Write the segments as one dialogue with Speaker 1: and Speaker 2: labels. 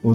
Speaker 1: 我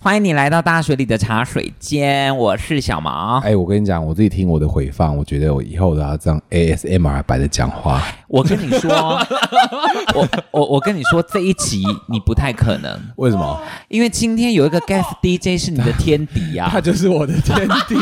Speaker 2: 欢迎你来到大学里的茶水间，我是小毛。
Speaker 3: 哎、我跟你讲，我自己听我的回放，我觉得我以后都要这样 ASMR 摆着讲话。
Speaker 2: 我跟你 说，我我我跟你说，这一集你不太可能，
Speaker 3: 为什么？
Speaker 2: 因为今天有一个 guest DJ 是你的天敌呀、
Speaker 3: 他
Speaker 2: 啊。
Speaker 3: 就是我的天 敌，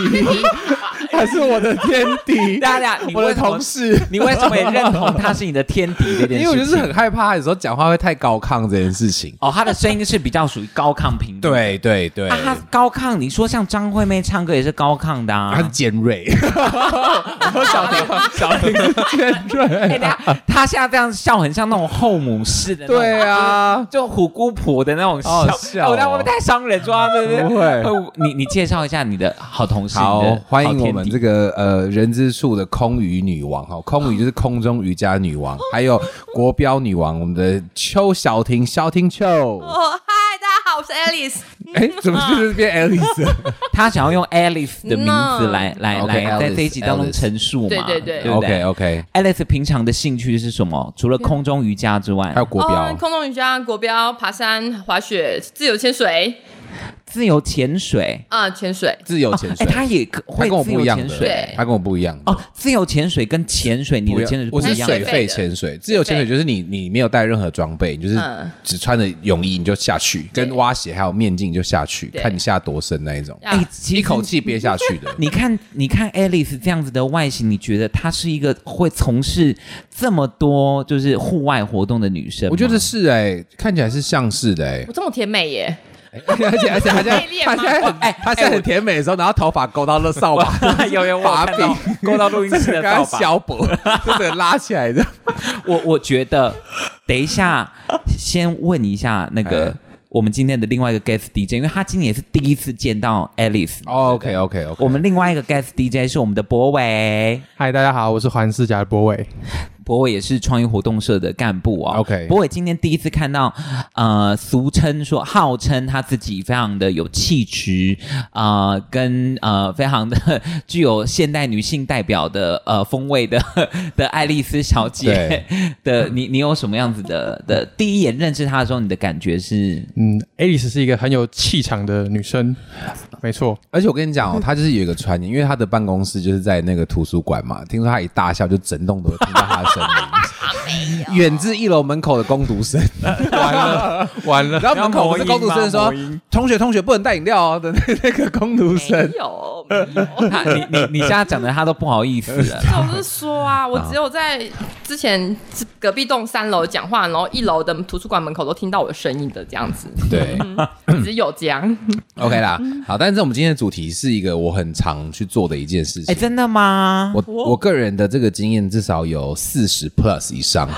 Speaker 3: 他是我的天敌，
Speaker 2: 大家，你
Speaker 3: 我
Speaker 2: 为
Speaker 3: 的
Speaker 2: 什么
Speaker 3: 同事。
Speaker 2: 你为什么也认同他是你的天敌这件
Speaker 3: 因
Speaker 2: 事情？
Speaker 3: 为我就是很害怕，有时候讲话会太高亢这件事情。
Speaker 2: 哦，他的声音是比较属于高亢频率。
Speaker 3: 对对对，
Speaker 2: 啊，他高亢，你说像张惠妹唱歌也是高亢的
Speaker 3: 他是
Speaker 2: 啊。
Speaker 3: 尖 锐，我小婷，小婷是尖
Speaker 2: 哎
Speaker 3: 锐，
Speaker 2: 等一下他现在这样笑，很像那种后母式的，
Speaker 3: 对，啊，
Speaker 2: 就虎姑婆的那种笑。
Speaker 3: 好好笑哦
Speaker 2: 哎我在外面太伤人，说他对对
Speaker 3: 不会
Speaker 2: 呃你你介绍一下你的好同事，
Speaker 3: 好
Speaker 2: 你的，
Speaker 3: 欢迎我们
Speaker 2: 好天
Speaker 3: 这
Speaker 2: 敌
Speaker 3: 个呃人之树的空余女王哈，空余就是空中瑜伽女
Speaker 2: 哦
Speaker 3: 王，还有国标女王，我们的邱小婷，萧婷秋。
Speaker 4: 哦，嗨，大家好，我是 Alice。
Speaker 3: 哎，怎么就是
Speaker 2: 啊
Speaker 3: 变 Alice？
Speaker 2: 他想要用 Alice 的名字
Speaker 4: No
Speaker 2: 来来
Speaker 3: OK，
Speaker 2: 来在
Speaker 3: Alice，
Speaker 2: 这一集当中
Speaker 3: Alice
Speaker 2: 陈述嘛，
Speaker 4: 对对对
Speaker 2: 不
Speaker 3: OK OK，
Speaker 2: Alice 平常的兴趣是什么？除了空中瑜伽之外
Speaker 3: 还，有国标
Speaker 4: 哦，空中瑜伽、国标、爬山、滑雪、自由潜水
Speaker 2: 自由潜水。
Speaker 4: 啊、潜水。
Speaker 3: 自由潜
Speaker 2: 哎，
Speaker 3: 水，
Speaker 2: 他也可
Speaker 3: 他
Speaker 2: 会
Speaker 3: 跟我
Speaker 2: 自
Speaker 3: 不一
Speaker 2: 由
Speaker 3: 样
Speaker 2: 潜
Speaker 3: 的
Speaker 2: 水
Speaker 4: 对，
Speaker 3: 他跟我不一样的
Speaker 2: 哦。，自由潜水跟潜水，你
Speaker 3: 不
Speaker 2: 的
Speaker 3: 一样
Speaker 2: 潜水是不
Speaker 3: 我是
Speaker 2: 一样的
Speaker 3: 水肺潜水，自由潜水就是你你没有带任何装备，你就是
Speaker 4: 嗯
Speaker 3: 只穿着泳衣你就下去，跟蛙鞋还有面镜就下去，
Speaker 4: 对
Speaker 3: 看你下多深那一种，
Speaker 2: 哎
Speaker 4: 啊，
Speaker 2: 其
Speaker 3: 一
Speaker 2: 实
Speaker 3: 口气憋下去 的。
Speaker 2: 你看，你看 Alice 这样子的外形，你觉得她是一个会从事这么多就是户外活动的女生吗？
Speaker 3: 我觉得是哎、看起来是像是的 哎、
Speaker 4: 我这么甜美耶！
Speaker 3: 而且而且他现在
Speaker 4: 内敛
Speaker 3: 他
Speaker 4: 吗
Speaker 3: 现在
Speaker 2: 哦
Speaker 3: 很哎，他现在很甜美的时候，然后头发勾到那扫把，
Speaker 2: 有有
Speaker 3: 把
Speaker 2: 把柄
Speaker 3: 柄
Speaker 2: 勾到录音室的
Speaker 3: 刚 刚
Speaker 2: 扫把。
Speaker 3: 小脖，就是拉起来的。
Speaker 2: 我我觉得，等一下先问一下那个
Speaker 3: 哎
Speaker 2: 我们今天的另外一个 guest DJ，因为他今年也是第一次见到 Alice。
Speaker 3: OK OK OK，
Speaker 2: 我们另外一个 guest DJ 是我们的博伟，
Speaker 5: 嗨，大家好，我是环世家的博伟。
Speaker 2: 博伟也是创意活动社的干部哦。
Speaker 3: OK
Speaker 2: 博伟今天第一次看到，呃，俗称说号称他自己非常的有气质，呃，跟呃非常的 具有现代女性代表的呃风味的 的爱丽丝小姐的，你你有什么样子的的第一眼认识她的时候，你的感觉是？
Speaker 5: 嗯，Alice 是一个很有气场的女 生，没错。
Speaker 3: 而且我跟你 讲哦，他就是有一个传言，因为他的办公室就是在那个图书馆嘛，听说他一大笑，就整栋都会听到他的声音， 远至一楼门口的攻读生，
Speaker 5: 完了，完了。
Speaker 3: 然后门口不是攻读生说：“同学，同学，不能带饮料哦。”的 那那个攻读
Speaker 4: 没
Speaker 3: 生，
Speaker 4: 有，没 有，
Speaker 2: 她你你你现在讲的她都不好意思了。
Speaker 4: 我是 说啊，我只有在之前隔壁栋三楼讲话，然后一楼的图书馆门口都听到我的声音的这样 子，
Speaker 3: 对。
Speaker 2: 嗯
Speaker 4: 只有这样。
Speaker 3: OK 啦，好，但是我们今天的主题是一个我很常去做的一件事
Speaker 2: 哎，
Speaker 3: 情。
Speaker 2: 真的吗？
Speaker 3: 我我个人的这个经验至少有四十 plus 以上，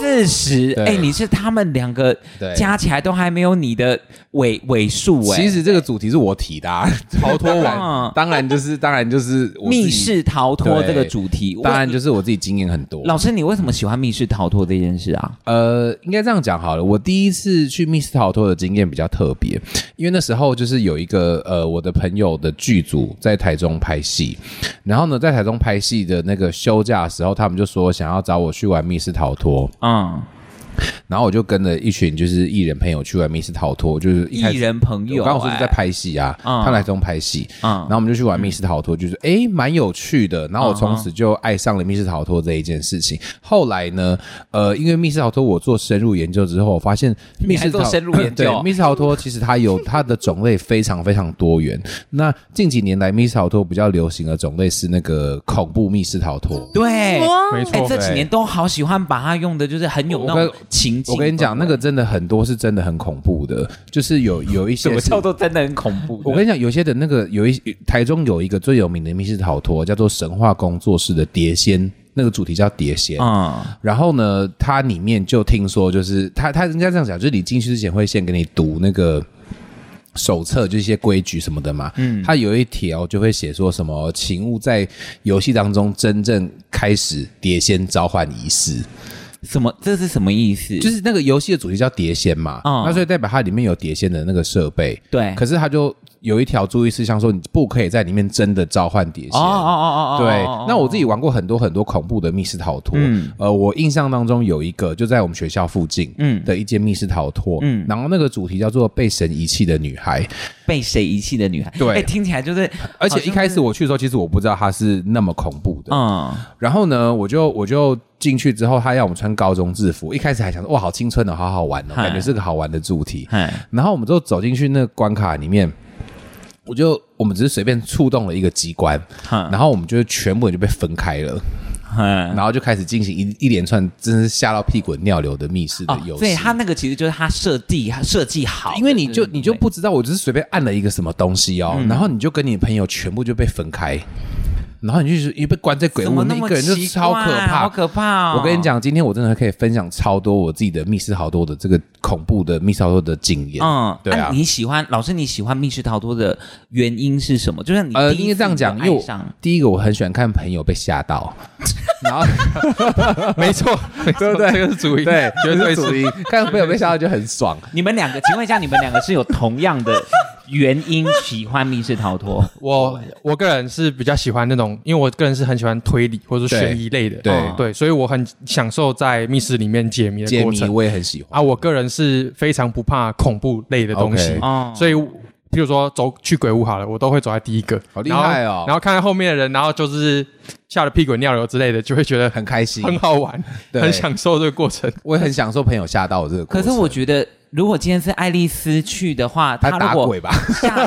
Speaker 2: 四十，
Speaker 3: 对
Speaker 2: 哎，你是他们两个
Speaker 3: 对
Speaker 2: 加起来都还没有你的尾尾数哎。
Speaker 3: 其实这个主题是我提的、啊，逃脱
Speaker 2: 嗯
Speaker 3: 完，当然就是当然就是我自己
Speaker 2: 密室，逃脱这个主题，
Speaker 3: 当然
Speaker 2: 我
Speaker 3: 就是我自己经验很多。
Speaker 2: 老师，你为什么喜欢密室逃脱这件事啊？
Speaker 3: 呃，应该这样讲好了。我第一次去密室逃脱的经验比较特别，因为那时候就是有一个呃，我的朋友的剧组在台中拍戏，然后呢，在台中拍戏的那个休假的时候，他们就说想要找我去玩密室逃脱，
Speaker 2: 嗯，
Speaker 3: 然后我就跟着一群就是艺人朋友去玩密室逃脱，就是一
Speaker 2: 艺
Speaker 3: 开始
Speaker 2: 人朋友，
Speaker 3: 我刚刚说是在
Speaker 2: 哎，
Speaker 3: 拍戏啊，
Speaker 2: 嗯
Speaker 3: 他们来中拍戏，
Speaker 2: 嗯嗯
Speaker 3: 然后我们就去玩密室逃脱，就是诶蛮有趣的。然后我从此就爱上了密室逃脱这一件事情。后来呢，呃，因为密室逃脱我做深入研究之后，我发现密室逃
Speaker 2: 你还做深入研 究
Speaker 3: 对密室逃脱其实它有它的种类非常非常多元。那近几年来，密室逃脱比较流行的种类是那个恐怖密室逃脱。
Speaker 2: 对，
Speaker 5: 没
Speaker 2: 哎，
Speaker 5: 错
Speaker 2: 这几年都好喜欢把它用的，就是很有那
Speaker 3: 我
Speaker 2: 种
Speaker 3: 跟
Speaker 2: 情景。
Speaker 3: 我跟你讲，那个真的很多是真的很恐怖的，就是有有一些
Speaker 2: 什么
Speaker 3: 是
Speaker 2: 叫做真的很恐怖呢？
Speaker 3: 我跟你讲，有些的那个有一台中有一个最有名的密室逃脱，叫做神话工作室的碟仙，那个主题叫碟仙。
Speaker 2: 嗯，
Speaker 3: 然后呢，它里面就听说，就是他他应该这样讲，就是你进去之前会先给你读那个。手册，就是一些规矩什么的嘛。嗯，它有一条就会写说什么，请勿在游戏当中真正开始碟仙召唤仪式，
Speaker 2: 什么？这是什么意思？
Speaker 3: 就是那个游戏的主题叫碟仙嘛，
Speaker 2: 嗯
Speaker 3: 那所以代表它里面有碟仙的那个设备。
Speaker 2: 对
Speaker 3: 可是它就有一条注意事项说，你不可以在里面真的召唤碟仙。
Speaker 2: 哦哦哦哦哦，
Speaker 3: 对
Speaker 2: 哦，
Speaker 3: 那我自己玩过很多很多恐怖的密室逃脱，
Speaker 2: 嗯
Speaker 3: 呃，我印象当中有一个就在我们学校附近，
Speaker 2: 嗯
Speaker 3: 的一间密室逃脱，
Speaker 2: 嗯
Speaker 3: 然后那个主题叫做被神遗弃的女孩，
Speaker 2: 被谁遗弃的女孩，
Speaker 3: 对
Speaker 2: 哎听起来就是，
Speaker 3: 而且一开始我去的时候，其实我不知道她是那么恐怖的，
Speaker 2: 嗯，
Speaker 3: 然后呢，我就我就进去之后，她要我们穿高中制服，一开始还想说哇，好青春哦，好好玩哦，
Speaker 2: 嗨
Speaker 3: 感觉是个好玩的主题，
Speaker 2: 哎，
Speaker 3: 然后我们就走进去那个关卡里面。我就我们只是随便触动了一个机关，
Speaker 2: 然
Speaker 3: 然后我们就全部人就被分开了。
Speaker 2: 嗯哦
Speaker 3: 然后就开始进行一一连串真是吓到屁滚尿流的密室的游戏。
Speaker 2: 所以哦他那个其实就是他设计设计好的，
Speaker 3: 因为你就
Speaker 2: 对
Speaker 3: 你就不知道，我只是随便按了一个什么东西哦，
Speaker 2: 嗯
Speaker 3: 然后你就跟你朋友全部就被分开，然后你就是一被关在鬼
Speaker 2: 怎
Speaker 3: 屋，
Speaker 2: 么
Speaker 3: 你
Speaker 2: 那
Speaker 3: 一
Speaker 2: 么
Speaker 3: 个人就
Speaker 2: 奇怪啊
Speaker 3: 超可怕，
Speaker 2: 好可怕、哦！
Speaker 3: 我跟你，讲，今天我真的可以分享超多我自己的密室好多的这个恐怖的密室好多的经验。
Speaker 2: 嗯，
Speaker 3: 对啊
Speaker 2: 你喜欢老师，你喜欢密室逃脱的原因是什么？就是你
Speaker 3: 呃，
Speaker 2: 第一
Speaker 3: 应该
Speaker 2: 次
Speaker 3: 这样讲，因为
Speaker 2: 爱
Speaker 3: 我
Speaker 2: 上
Speaker 3: 第一个我很喜欢看朋友被吓到，然后
Speaker 5: 没错，没错
Speaker 3: 对不对
Speaker 5: 这个是主意，
Speaker 3: 对，
Speaker 5: 绝对
Speaker 3: 主
Speaker 5: 是。
Speaker 3: 意，看朋友被吓到就很爽。
Speaker 2: 你们两个，请问一下，你们两个是有同样的原因喜欢密室逃 脱？
Speaker 5: 我我个人是比较喜欢那种，因为我个人是很喜欢推理或者说
Speaker 3: 对
Speaker 5: 悬疑类的，
Speaker 3: 对
Speaker 5: 嗯对，所以我很享受在密室里面解谜的
Speaker 3: 解
Speaker 5: 过
Speaker 3: 谜
Speaker 5: 程
Speaker 3: 我也很喜欢
Speaker 5: 啊。我个人是非常不怕恐怖类的东西
Speaker 3: OK
Speaker 2: 哦，
Speaker 5: 所以譬如说走去鬼屋好了，我都会走在第一个，
Speaker 3: 好厉害哦
Speaker 5: 然后然后看看后面的人，然后就是吓得屁滚尿流之类的，就会觉得很
Speaker 3: 很开心，
Speaker 5: 很好玩，
Speaker 3: 对
Speaker 5: 很享受这个过程。
Speaker 3: 我也很享受朋友吓到我这个过
Speaker 2: 可
Speaker 3: 程。
Speaker 2: 是我觉得，如果今天是爱丽丝去的话，她
Speaker 3: 他打
Speaker 2: 如果
Speaker 3: 鬼吧，
Speaker 2: 吓，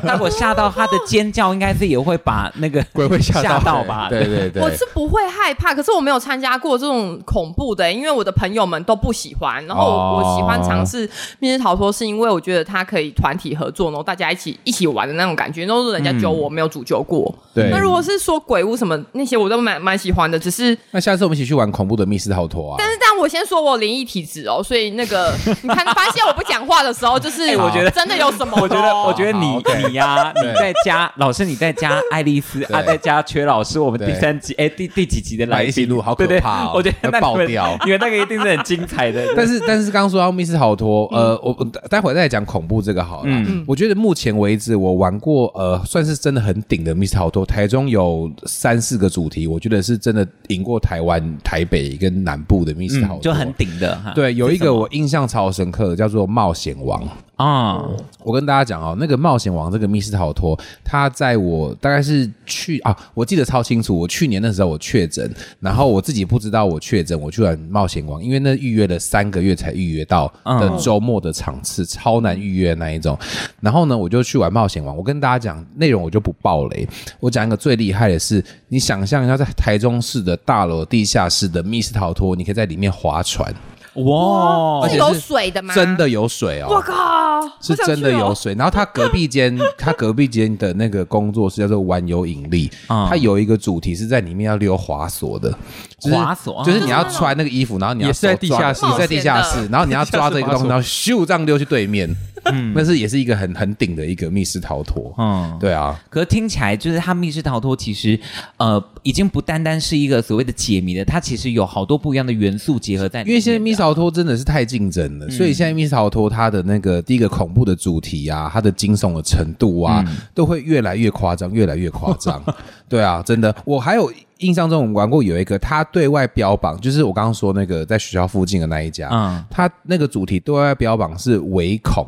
Speaker 2: 她如果吓到她的尖叫，应该是也会把那个
Speaker 5: 鬼会吓到
Speaker 2: 吓到吧？
Speaker 3: 对对对，
Speaker 4: 我是不会害怕，可是我没有参加过这种恐怖的、因为我的朋友们都不喜欢。然后我,、
Speaker 3: 哦
Speaker 4: 喜欢尝试密室逃脱，是因为我觉得它可以团体合作，然后大家一起一起玩的那种感觉。然后人家救我，没有主救过。
Speaker 3: 对
Speaker 4: 那如果是说鬼屋什么那些，我都蛮蛮喜欢的，只是。
Speaker 3: 那下次我们一起去玩恐怖的密室逃脱啊！
Speaker 4: 但是，但我先说我有灵异体质哦，所以那个 你看，发现我不讲话的时候，就是、 哦
Speaker 2: 我觉得
Speaker 4: 真的有什 么、哦
Speaker 2: 我觉得，我觉得
Speaker 3: 哦好，OK
Speaker 2: 你你呀，
Speaker 3: 对
Speaker 2: 你在 家，老师你在家，爱丽丝
Speaker 3: 对
Speaker 2: 啊，在家缺老师，我们第
Speaker 3: 对
Speaker 2: 三集哎第第几集的
Speaker 3: 来
Speaker 2: 来
Speaker 3: 一起
Speaker 2: 宾
Speaker 3: 录好可
Speaker 2: 对对
Speaker 3: 怕哦
Speaker 2: 我觉得
Speaker 3: 会
Speaker 2: 那你
Speaker 3: 爆
Speaker 2: 们
Speaker 3: 掉
Speaker 2: 你们那个一定是很精彩的。
Speaker 3: 但是但是刚刚说到密室逃脱，
Speaker 2: 嗯
Speaker 3: 呃，我我待会再讲恐怖这个好了。我觉得目前为止我玩过，呃，算是真的很顶的密室逃脱。台中有三四个主题，我觉得是真的赢过台湾、台北跟南部的密室逃脱，
Speaker 2: 嗯，就很。顶的哈。
Speaker 3: 对，有一个我印象超深刻的叫做《冒险王》。
Speaker 2: 啊，
Speaker 3: 我跟大家讲哦，那个冒险王这个密室逃脱，它在我大概是去啊，我记得超清楚。我去年那时候我确诊，然后我自己不知道我确诊，我去玩冒险王，因为那预约了三个月才预约到的周末的场次，超难预约的那一种。然后呢，我就去玩冒险王。我跟大家讲内容，我就不爆雷。我讲一个最厉害的是，你想象一下，在台中市的大楼地下室的密室逃脱，你可以在里面划船，
Speaker 2: 哇哦
Speaker 3: 而且
Speaker 4: 是
Speaker 3: 是
Speaker 4: 有水的吗？
Speaker 3: 真的，有水哦！
Speaker 4: 我靠，
Speaker 3: 是真
Speaker 4: 哦
Speaker 3: 的有水。然后他隔壁间，他隔壁间的那个工作室叫做玩游引力，
Speaker 2: 嗯
Speaker 3: 他有一个主题是在里面要溜滑索的，就是
Speaker 2: 滑索啊
Speaker 3: 就是你要穿那个衣服，然后你要
Speaker 5: 也是在地下室
Speaker 3: 手抓你在地下
Speaker 4: 冒
Speaker 3: 室
Speaker 4: 险，
Speaker 3: 然后你要抓着一个东西，
Speaker 5: 地
Speaker 3: 然
Speaker 5: 下
Speaker 3: 后咻这样溜去对面，那是也是一个很很顶的一个密室逃脱。
Speaker 2: 嗯，
Speaker 3: 对啊，
Speaker 2: 可是听起来就是它密室逃脱其实，呃，已经不单单是一个所谓的解谜了，它其实有好多不一样的元素结合在里面的。啊
Speaker 3: 因为现在密室逃脱真的是太竞争了，所以现在密室逃脱它的那个第一个恐怖的主题啊，它的惊悚的程度啊，都会越来越夸张，越来越夸 张。对啊，真的，我还有印象中我们玩过有一个，它对外标榜就是我刚刚说那个在学校附近的那一家，
Speaker 2: 嗯
Speaker 3: 它那个主题对外标榜是唯恐，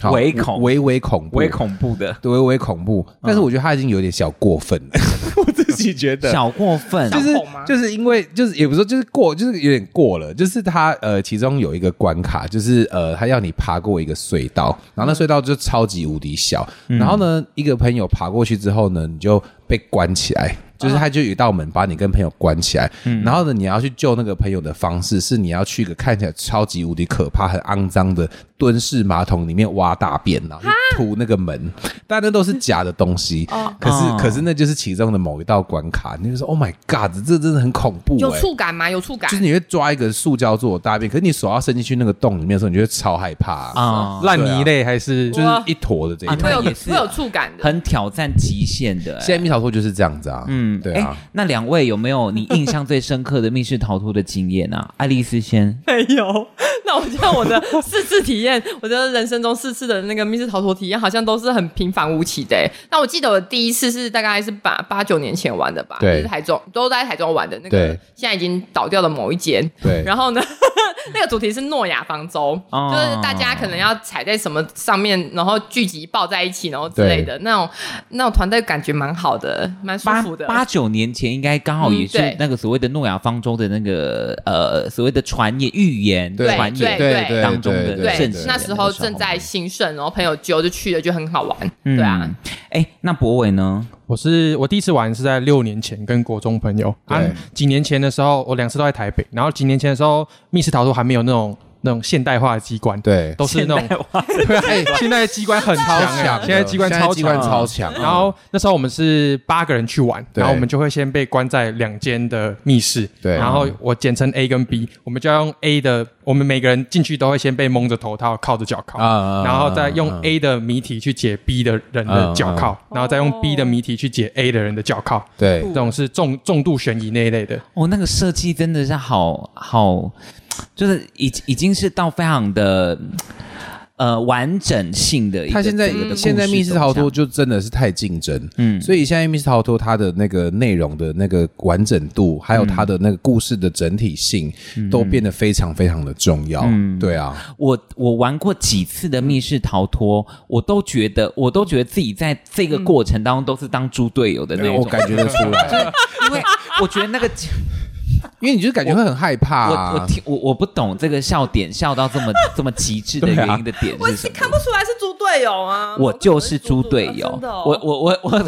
Speaker 3: 好
Speaker 2: 唯恐
Speaker 3: 唯唯恐怖，
Speaker 2: 微恐怖的，
Speaker 3: 对，唯唯恐怖。但是我觉得它已经有点小过分了， 我自己觉得
Speaker 2: 小过分，
Speaker 3: 就是
Speaker 4: 恐吗
Speaker 3: 就是因为就是也不是说就是过就是有点过了，就是他呃其中有一个关卡就是呃他要你爬过一个隧道，然后那
Speaker 2: 嗯
Speaker 3: 隧道就超级无敌小，然后呢一个朋友爬过去之后呢你就被关起来。
Speaker 2: 嗯
Speaker 3: 就是他就有一道门把你跟朋友关起来，然后呢，你要去救那个朋友的方式是你要去一个看起来超级无敌可怕、很肮脏的蹲式马桶里面挖大便，然后就吐那个门，但那都是假的东西。可是、
Speaker 2: 哦
Speaker 3: 可是那就是其中的某一道关卡，你就说 Oh my God，这真的很恐怖、欸，
Speaker 4: 有触感吗？有触感
Speaker 3: 就，是你会抓一个塑胶做的大便，可是你手要伸进去那个洞里面的时候，你就会超害怕啊，
Speaker 2: 啊，
Speaker 5: 烂泥类还是
Speaker 3: 就是一坨的这一
Speaker 2: 啊
Speaker 3: 种。
Speaker 4: 会有
Speaker 2: 那也是
Speaker 4: 会有触感的。
Speaker 2: 很挑战极限的、
Speaker 3: 现在
Speaker 2: 欸。
Speaker 3: 密逃脱就是这样子啊，嗯，对啊
Speaker 2: 诶，那两位有没有你印象最深刻的密室逃脱的经验啊？ 爱丽丝先，
Speaker 4: 没有， 那我觉得我的四次体验，我的人生中四次的那个密室逃脱体验，好像都是很平凡无奇的欸。那我记得我第一次是大概是八八九年前玩的吧，就
Speaker 3: 对
Speaker 4: 是台中，都在台中玩的那个
Speaker 3: 对，
Speaker 4: 现在已经倒掉的某一间。
Speaker 3: 对，
Speaker 4: 然后呢， 那个主题是诺亚方舟，
Speaker 2: 哦
Speaker 4: 就是大家可能要踩在什么上面，然后聚集抱在一起，然后之类的那种那种团队感觉蛮好的，蛮舒
Speaker 2: 八
Speaker 4: 服的。
Speaker 2: 八九年前应该刚好也
Speaker 4: 嗯对
Speaker 2: 是那个所谓的诺亚方舟的那个呃所谓的传言预言
Speaker 3: 对
Speaker 2: 传
Speaker 3: 对
Speaker 2: 言
Speaker 3: 对对
Speaker 2: 当中
Speaker 3: 对
Speaker 2: 的
Speaker 4: 对
Speaker 2: 盛行，
Speaker 4: 那时候正在兴盛，然后朋友揪就去了，就很好玩。对啊，，
Speaker 2: 哎、诶那博伟呢？
Speaker 5: 我是我第一次玩是在六年前跟国中朋友，啊
Speaker 3: 对，
Speaker 5: 几年前的时候我两次都在台北，然后几年前的时候密室逃脱还没有那种那种现代化的机关，，
Speaker 3: 对，
Speaker 5: 都是那种 对啊，现在的机关很强
Speaker 3: 超
Speaker 5: 欸
Speaker 3: 强的，
Speaker 5: 现在机关
Speaker 3: 现在
Speaker 5: 超
Speaker 3: 机关
Speaker 5: 强。
Speaker 3: 超强，
Speaker 5: 然后那时候我们是八个人去玩，
Speaker 3: 对
Speaker 5: 然后我们就会先被关在两间的密室，
Speaker 3: 对
Speaker 5: 然后我简称 A 跟 B，我们就要用 A 的，我们每个人进去都会先被蒙着头套，铐着脚铐，
Speaker 3: 啊
Speaker 5: 然后再用
Speaker 3: 啊
Speaker 5: A 的谜题去解 B 的人的脚
Speaker 3: 嗯
Speaker 5: 铐，然后再用 B 的谜题去解 A 的人的脚铐，
Speaker 3: 对
Speaker 5: 这种是重重度悬疑那一类的，
Speaker 2: 哦，那个设计真的是好好，就是已已经是到非常的呃完整性的一个
Speaker 3: 他现在
Speaker 2: 这个的故事
Speaker 3: 现在密室逃脱
Speaker 2: 走向
Speaker 3: 就真的是太竞争，
Speaker 2: 嗯
Speaker 3: 嗯，所以现在密室逃脱它的那个内容的那个完整度，还有它的那个故事的整体性，都变得非常非常的重要。对啊，
Speaker 2: 我我玩过几次的密室逃脱，我都觉得我都觉得自己在这个过程当中都是当猪队友的那种，
Speaker 3: 嗯我感觉得出来，
Speaker 2: 因为我觉得 那个
Speaker 3: 因为你就感觉会很害怕、
Speaker 2: 我
Speaker 3: 啊
Speaker 2: 我听我我不懂这个笑点笑到这 么这么极致的
Speaker 3: 啊
Speaker 2: 原因的点
Speaker 4: 我
Speaker 2: 是什么。
Speaker 4: 看不出来是猪队友啊，
Speaker 2: 我就是猪队友，
Speaker 4: 真的哦
Speaker 2: 我我 我我，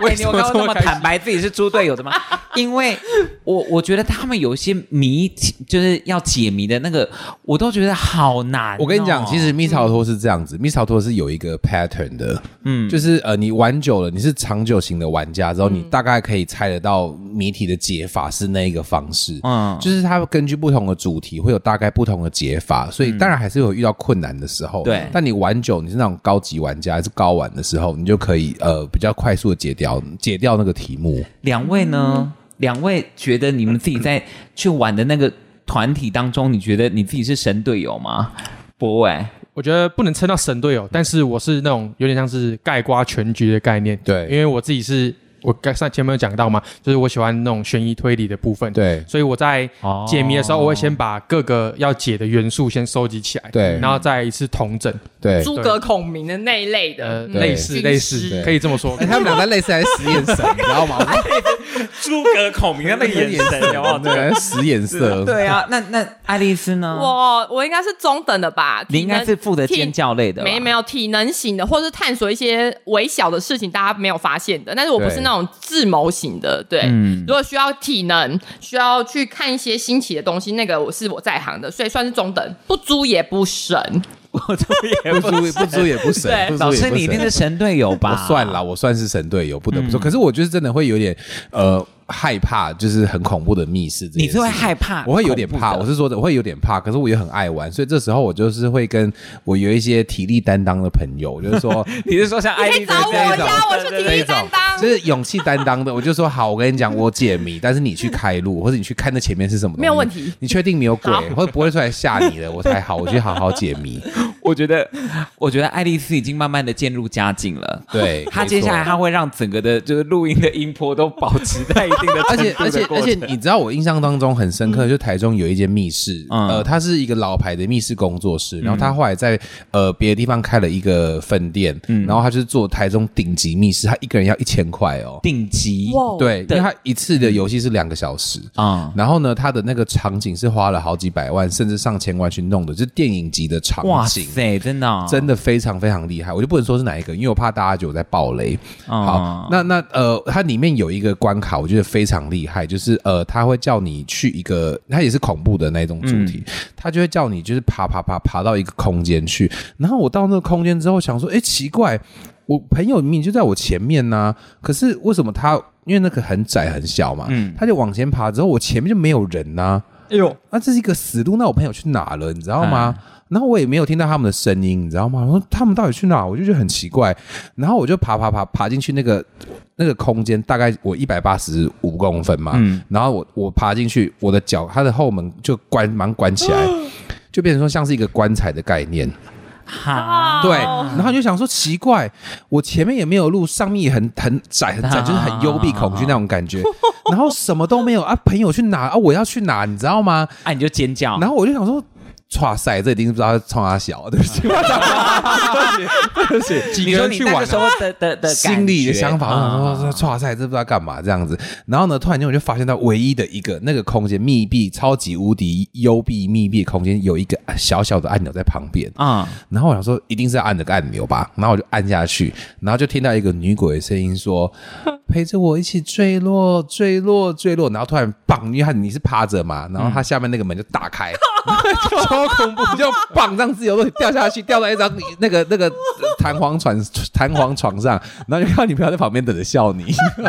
Speaker 2: 我
Speaker 5: 为
Speaker 2: 你
Speaker 5: 什
Speaker 2: 有
Speaker 5: 么
Speaker 2: 刚刚
Speaker 5: 这
Speaker 2: 那
Speaker 5: 么
Speaker 2: 么
Speaker 5: 开心
Speaker 2: 坦白自己是猪队友的吗？因为我我觉得他们有一些谜题，就是要解谜的那个，我都觉得好难哦、
Speaker 3: 我跟你讲，其实密室逃脱是这样子，密室逃脱是有一个 pattern 的，嗯，就是呃，你玩久了，你是长久型的玩家之后，你大概可以猜得到谜题的解法是那一个方式，
Speaker 2: 嗯
Speaker 3: 嗯，就是它会根据不同的主题会有大概不同的解法，所以当然还是有遇到困难的时候，
Speaker 2: 嗯对
Speaker 3: 但你玩久，你是那种高级玩家，还是高玩的时候，你就可以呃比较快速的解掉解掉那个题目。
Speaker 2: 两位呢，
Speaker 4: 嗯
Speaker 2: 两位觉得你们自己在去玩的那个团体当中，你觉得你自己是神队友吗？博伟，
Speaker 5: 我觉得不能称到神队友，但是我是那种有点像是盖瓜全局的概念。
Speaker 3: 对
Speaker 5: 因为我自己是我刚上前面有讲到嘛，就是我喜欢那种悬疑推理的部分。，
Speaker 3: 对
Speaker 5: 所以我在
Speaker 2: 哦
Speaker 5: 解谜的时候，我会先把各个要解的元素先收集起来，
Speaker 3: 对
Speaker 5: 然后再一次统整，
Speaker 3: 对，
Speaker 4: 诸葛孔明的那一类的嗯
Speaker 5: 呃，，
Speaker 3: 对
Speaker 5: 类似
Speaker 4: 军
Speaker 5: 类
Speaker 4: 师
Speaker 5: 似，可以这么说
Speaker 3: 哎。他们俩在类似还是使眼神，你知道吗？
Speaker 2: 诸葛孔明的那个眼神，
Speaker 3: 对，在使眼色，
Speaker 2: 对啊，那那爱丽丝呢？
Speaker 4: 我我应该是中等的吧，
Speaker 2: 你应该是负责
Speaker 4: 体能
Speaker 2: 尖叫类的吧，
Speaker 4: 没没有体能型的，或者是探索一些微小的事情，大家没有发现的。但是我不是
Speaker 3: 对
Speaker 4: 那种智谋型的，对。
Speaker 2: 嗯
Speaker 4: 如果需要体能，需要去看一些新奇的东西，那个我是我在行的，所以算是中等，不猪也不神。
Speaker 2: 我这也
Speaker 3: 不租不租也不省，
Speaker 4: 对
Speaker 3: 不租
Speaker 2: 老
Speaker 3: 也
Speaker 2: 师，
Speaker 3: 不
Speaker 2: 你一定
Speaker 3: 省
Speaker 2: 是嗯神队 友
Speaker 3: 我
Speaker 2: 吧？
Speaker 3: 算了，，我算是神队友，不得不说。可是我就是真的会有点呃害怕，就是很恐怖的密室这件
Speaker 2: 你
Speaker 3: 事
Speaker 2: 是
Speaker 3: 情。
Speaker 2: 会害怕，
Speaker 3: 我会有点怕，
Speaker 2: 恐
Speaker 3: 我
Speaker 2: 怖的
Speaker 3: 是说的，我会有点怕，可是我也很爱玩，所以这时候我就是会跟我有一些体力担当的朋友，我就是 说，
Speaker 2: 你是说像
Speaker 4: 你
Speaker 2: 爱
Speaker 4: 可
Speaker 2: 丽丝
Speaker 4: 以找我
Speaker 2: 这一种
Speaker 4: 呀，我是体力担当
Speaker 3: 就。是勇气担当的，我就说好，我跟你讲，我解谜，但是你去开路，或者你去看那前面是什么东西，
Speaker 4: 没有问题
Speaker 3: 你确定没有鬼
Speaker 4: 好，
Speaker 3: 或者不会出来吓你的，我才好，我去好好解谜。
Speaker 2: 我觉得，我觉得爱丽丝已经慢慢的渐入佳境了。
Speaker 3: 对
Speaker 2: 她
Speaker 3: 没
Speaker 2: 接下来
Speaker 3: 错
Speaker 2: 她会让整个的，就是录音的音波都保持在一定的
Speaker 3: 而且
Speaker 2: 程
Speaker 3: 而
Speaker 2: 度
Speaker 3: 且
Speaker 2: 的
Speaker 3: 而
Speaker 2: 过程
Speaker 3: 且，你知道我印象当中很深刻，就台中有一间密室，
Speaker 2: 嗯
Speaker 3: 呃，它是一个老牌的密室工作室，然后他后来在呃别的地方开了一个分店，
Speaker 2: 嗯
Speaker 3: 然后他就是做台中顶级密室，他一个人要一千块哦，
Speaker 2: 顶级
Speaker 3: 对，因
Speaker 2: 对
Speaker 3: 为他一次的游戏是两个小时。
Speaker 2: 啊，
Speaker 3: 然后呢，他的那个场景是花了好几百万甚至上千万去弄的，就是电影级的场
Speaker 2: 哇
Speaker 3: 景。
Speaker 2: 塞，真的、哦，
Speaker 3: 真的啊嗯非常非常厉害，我就不能说是哪一个，因为我怕大家觉得我在爆雷。
Speaker 2: 哦
Speaker 3: 好，那那呃，它里面有一个关卡，我觉得非常厉害，就是呃，它会叫你去一个，它也是恐怖的那种主题，它就会叫你就是爬爬爬爬到一个空间去，然后我到那个空间之后想说，哎，奇怪，我朋友明明就在我前面呐、可是为什么他因为那个很窄很小嘛，
Speaker 2: 嗯
Speaker 3: 他就往前爬之后，我前面就没有人呐、
Speaker 5: 哎呦，哎
Speaker 3: 啊，这是一个死路，那我朋友去哪了，你知道吗？然后我也没有听到他们的声音，你知道吗？我说他们到底去哪？我就觉得很奇怪。然后我就爬爬爬爬进去那个那个空间，大概我一百八十五公分嘛。
Speaker 2: 嗯
Speaker 3: 然后我我爬进去，我的脚它的后门就关忙关起 来，就变成说像是一个棺材的概念。
Speaker 2: 哈，
Speaker 3: 对，
Speaker 4: 哦
Speaker 3: 然后你就想说奇怪，我前面也没有路，上面也很很窄很窄，
Speaker 2: 啊
Speaker 3: 就是很幽闭恐惧那种感觉，然后什么都没有啊，朋友去哪啊？我要去哪？你知道吗？
Speaker 2: 啊，你就尖叫，
Speaker 3: 然后我就想说。哇塞，这一定是不知道他冲他小，对不起， 对不起，对不起，
Speaker 2: 你说你那个时候的的的
Speaker 3: 啊 心里的想法，我想说
Speaker 2: 啊
Speaker 3: 说哇塞，这不知道干嘛这样子。然后呢，突然间我就发现到唯一的一个那个空间密闭、超级无敌幽闭密闭的空间，有一个啊小小的按钮在旁边。
Speaker 2: 啊，
Speaker 3: 然后我想说，一定是要按那个按钮吧，然后我就按下去，然后就听到一个女鬼的声音 说：“陪着我一起坠落，坠落，坠落。”然后突然棒，因为她你是趴着嘛，然后她下面那个门就打开，
Speaker 2: 嗯
Speaker 3: 超恐怖，就棒让自由落体掉下去，掉到一张那个那个呃弹簧床弹簧床上，然后就看到你朋友在旁边等着笑你，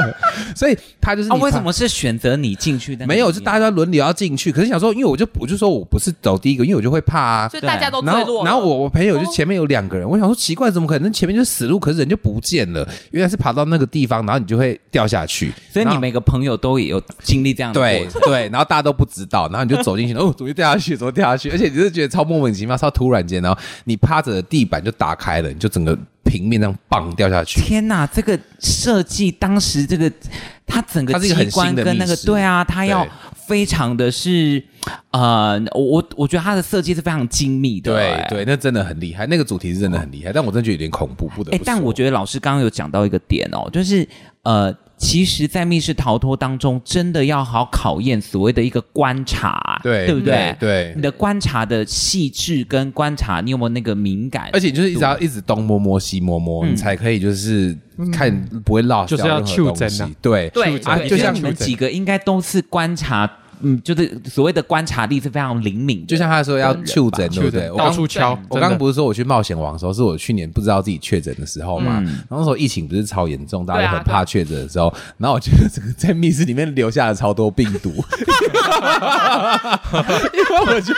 Speaker 3: 所以她就是
Speaker 2: 啊，
Speaker 3: 你
Speaker 2: 为
Speaker 3: 爬
Speaker 2: 什么是选择你进去
Speaker 3: 嗯
Speaker 2: 的？
Speaker 3: 没有？就大家都轮流要进去，可是想说，因为我就我就说我不是走第一个，因为我就会怕啊，
Speaker 4: 所以
Speaker 2: 对
Speaker 4: 大家都坠
Speaker 3: 然
Speaker 4: 落
Speaker 3: 后，
Speaker 4: 了。哦
Speaker 3: 然后我我朋友就前面有两个人，我想说奇怪，怎么可能前面就是死路，可是人就不见了？原来是爬到那个地方，然后你就会掉下去。
Speaker 2: 所以
Speaker 3: 然
Speaker 2: 你
Speaker 3: 后
Speaker 2: 每个朋友都有经历这样的
Speaker 3: 对
Speaker 2: 过程。
Speaker 3: 对，然后大家都不知道，然后你就走进去，哦，怎么就掉下去？怎么掉下去？而且你是觉得超莫名其妙，超突然间，然后你趴着的地板就打开了，你就整个平面这样棒掉下去。
Speaker 2: 天呐，这个设计当时这个它整个
Speaker 3: 它是一
Speaker 2: 机
Speaker 3: 个很
Speaker 2: 关
Speaker 3: 新的
Speaker 2: 跟那
Speaker 3: 密
Speaker 2: 个
Speaker 3: 室
Speaker 2: 对啊，它要
Speaker 3: 对
Speaker 2: 非常的是呃，我我我觉得它的设计是非常精密的、
Speaker 3: 对
Speaker 2: 哎
Speaker 3: 对，那真的很厉害，那个主题是真的很厉害，但我真的觉得有点恐怖，不得
Speaker 2: 哎、
Speaker 3: 不说。
Speaker 2: 但我觉得老师刚刚有讲到一个点哦，就是呃，其实，在密室逃脱当中，真的要好考验所谓的一个观察，
Speaker 3: 对
Speaker 2: 对不对？
Speaker 3: 对
Speaker 2: 你的观察的细致跟观察，你有没有那个敏感？
Speaker 3: 而且就是一直要一直东摸摸西摸摸，你才可以就是看不会落
Speaker 5: 就是
Speaker 3: 掉
Speaker 5: 要
Speaker 3: 任何东
Speaker 5: 袖
Speaker 3: 西
Speaker 5: 珍啊
Speaker 3: 对
Speaker 4: 对
Speaker 3: 啊，
Speaker 2: 对
Speaker 3: 就
Speaker 2: 因为
Speaker 3: 像
Speaker 2: 你们几个应该都是观察，嗯，就是所谓的观察力是非常灵敏的，
Speaker 3: 就像他说要确诊，对不
Speaker 5: 确
Speaker 3: 对？
Speaker 5: 诊
Speaker 3: 我
Speaker 5: 到
Speaker 3: 刚
Speaker 5: 处敲，
Speaker 3: 我刚刚
Speaker 5: 真的
Speaker 3: 不是说我去冒险王的时候，是我去年不知道自己确诊的时候嘛，然后那时候疫情不是超严重，大家都很怕确诊的时候，然后我觉得这个在密室里面留下了超多病毒，因为我就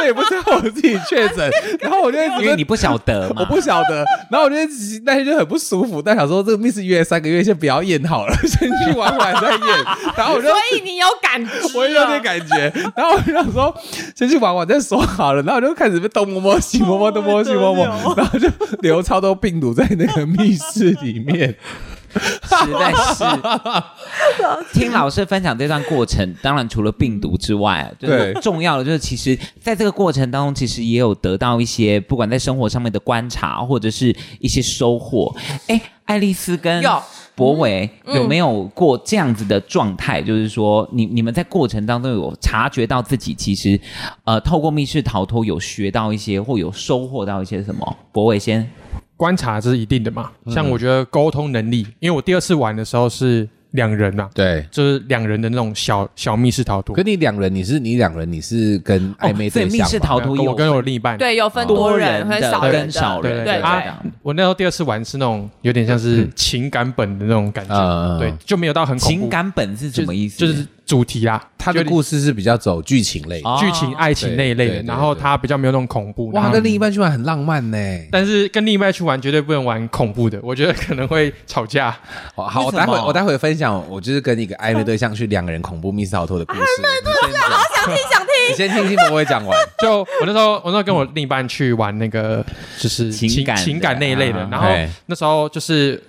Speaker 3: 我也不知道我自己确诊，然后我就一直
Speaker 2: 因为你不晓得嘛，
Speaker 3: 我不晓得，然后我就那天就很不舒服，但想说这个密室约三个月，先不要验好了， 先去玩玩再验。然后我就
Speaker 4: 所以你有感知啊，
Speaker 3: 我也有点感觉，然后我就想说先去玩玩再说好了，然后我就开始被东摸摸西摸摸东摸摸西摸摸，然后就留超多病毒在那个密室里面。
Speaker 2: 实在是听老师分享这段过程，当然除了病毒之外，就是
Speaker 3: 对
Speaker 2: 重要的就是其实在这个过程当中，其实也有得到一些不管在生活上面的观察，或者是一些收获。哎，爱丽丝跟
Speaker 4: 有
Speaker 2: 博伟有没有过这样子的状态？就是说，你你们在过程当中有察觉到自己其实呃，透过密室逃脱有学到一些，或有收获到一些什么？博伟先，
Speaker 5: 观察这是一定的嘛。
Speaker 3: 嗯
Speaker 5: 像我觉得沟通能力，因为我第二次玩的时候是两人嘛，
Speaker 3: 对，
Speaker 5: 就是两人的那种小小密室逃脱
Speaker 3: 可，你两人，你是你两人，你是跟暧昧
Speaker 2: 哦所
Speaker 3: 对
Speaker 2: 以
Speaker 3: 啊
Speaker 2: 密
Speaker 3: 象
Speaker 2: 室
Speaker 3: 嘛
Speaker 2: 逃脱
Speaker 5: 啊跟
Speaker 2: 有
Speaker 5: 我跟我另一半，
Speaker 4: 对有分
Speaker 2: 多人
Speaker 4: 人和少
Speaker 2: 的
Speaker 4: 人
Speaker 2: 跟
Speaker 4: 的
Speaker 2: 少
Speaker 5: 对
Speaker 2: 人
Speaker 5: 对
Speaker 2: 的
Speaker 5: 啊
Speaker 2: 这样。
Speaker 5: 我那时候第二次玩是那种有点像是情感本的那种感觉，
Speaker 3: 嗯嗯嗯
Speaker 5: 对，就没有到很恐怖
Speaker 2: 情感本是
Speaker 5: 就
Speaker 2: 什么意思？
Speaker 5: 就是主题啦，
Speaker 3: 他的故事是比较走剧情类的。
Speaker 2: 哦
Speaker 5: 剧情、爱情那一
Speaker 3: 对
Speaker 5: 类
Speaker 3: 对
Speaker 5: 的，
Speaker 3: 对
Speaker 5: 然后它比较没有那种恐怖。然
Speaker 3: 哇，
Speaker 5: 后
Speaker 3: 跟另一半去玩很浪漫呢。
Speaker 5: 但是跟另一半去玩绝对不能玩恐怖的，我觉得可能会吵架。
Speaker 3: 好好，我
Speaker 2: 为什
Speaker 3: 待
Speaker 2: 么
Speaker 3: 会我待会分享，我就是跟一个暧昧对象去两个人恐怖密室逃脱的故事。暧昧对象，
Speaker 2: 啊
Speaker 3: 好想听，
Speaker 4: 想听。
Speaker 3: 你先听听我会讲 完。
Speaker 5: 就我那时候，我那时候跟我另一半去玩那个就是
Speaker 2: 情
Speaker 5: 情
Speaker 2: 感的
Speaker 5: 情感那一类的
Speaker 2: 啊，
Speaker 5: 然后
Speaker 3: 嘿
Speaker 5: 那时候就是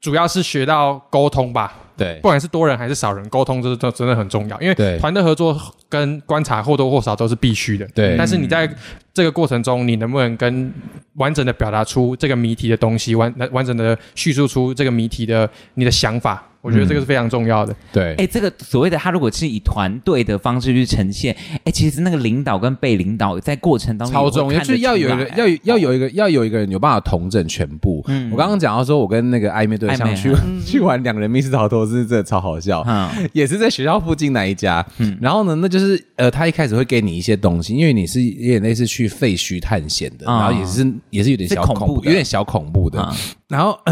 Speaker 5: 主要是学到沟通吧，
Speaker 3: 对
Speaker 5: 不，管是多人还是少人，沟通这这真的很重要，因
Speaker 3: 对
Speaker 5: 为团队合作跟观察或多或少都是必须的。
Speaker 3: 对
Speaker 5: 但是你在这个过程中，你能不能跟完整的表达出这个谜题的东西，完完整的叙述出这个谜题的你的想法，我觉得这个是非常重要的。
Speaker 3: 对，
Speaker 2: 哎、这个所谓的他如果是以团队的方式去呈现，哎、其实那个领导跟被领导在过程当中
Speaker 3: 超
Speaker 2: 也会
Speaker 3: 重要，
Speaker 2: 看
Speaker 3: 就
Speaker 2: 得
Speaker 3: 是要有一个
Speaker 2: 出来哦嗯
Speaker 3: 要有要有一个要有一个人有办法统整全部。我刚刚讲到说，我跟那个暧昧对
Speaker 2: 暧昧
Speaker 3: 象
Speaker 2: 啊
Speaker 3: 去 去玩两人密室逃脱，是真的超好笑。
Speaker 2: 嗯
Speaker 3: 也是在学校附近那一家，然后呢，那就是呃，他一开始会给你一些东西，因为你是有点类似去废墟探险的，
Speaker 2: 嗯
Speaker 3: 然后也是也是有点小
Speaker 2: 是恐
Speaker 3: 恐怖，
Speaker 2: 怖的
Speaker 3: 有点小恐怖的
Speaker 2: 嗯。
Speaker 3: 然后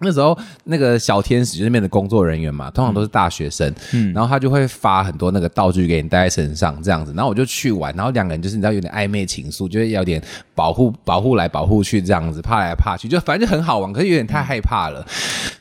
Speaker 3: 那时候那个小天使就是那边的工作人员嘛，通常都是大学生，
Speaker 2: 嗯
Speaker 3: 然后他就会发很多那个道具给你带在身上这样子，然后我就去玩，然后两个人就是你知道有点暧昧情愫，就会有点保护保护来保护去这样子，怕来怕去，就反正就很好玩，可是有点太害怕了。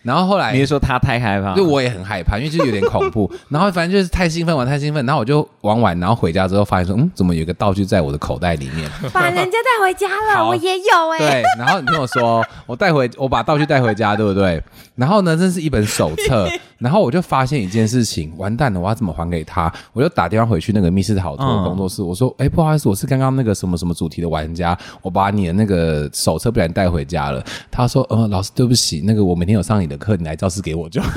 Speaker 3: 然后后来
Speaker 2: 你是说他太害怕？
Speaker 3: 就我也很害怕，因为就是有点恐 怖。然后反正就是太兴奋玩太兴奋，然后我就玩完，然后回家之后发现说，嗯，怎么有一个道具在我的口袋里面？
Speaker 6: 把人家带回家
Speaker 3: 好
Speaker 6: 了，我也有哎、
Speaker 3: 对，然后你听我说，我带回我把道具带回家，对不对？然后呢，这是一本手册，然后我就发现一件事情，完蛋了，我要怎么还给他？我就打电话回去那个密室逃脱
Speaker 2: 嗯
Speaker 3: 工作室，我说，哎，不好意思，我是刚刚那个什么什么主题的玩家，我把你的那个手册不然带回家了。他说，嗯，老师对不起，那个我每天有上你的课，你来教室给我就好。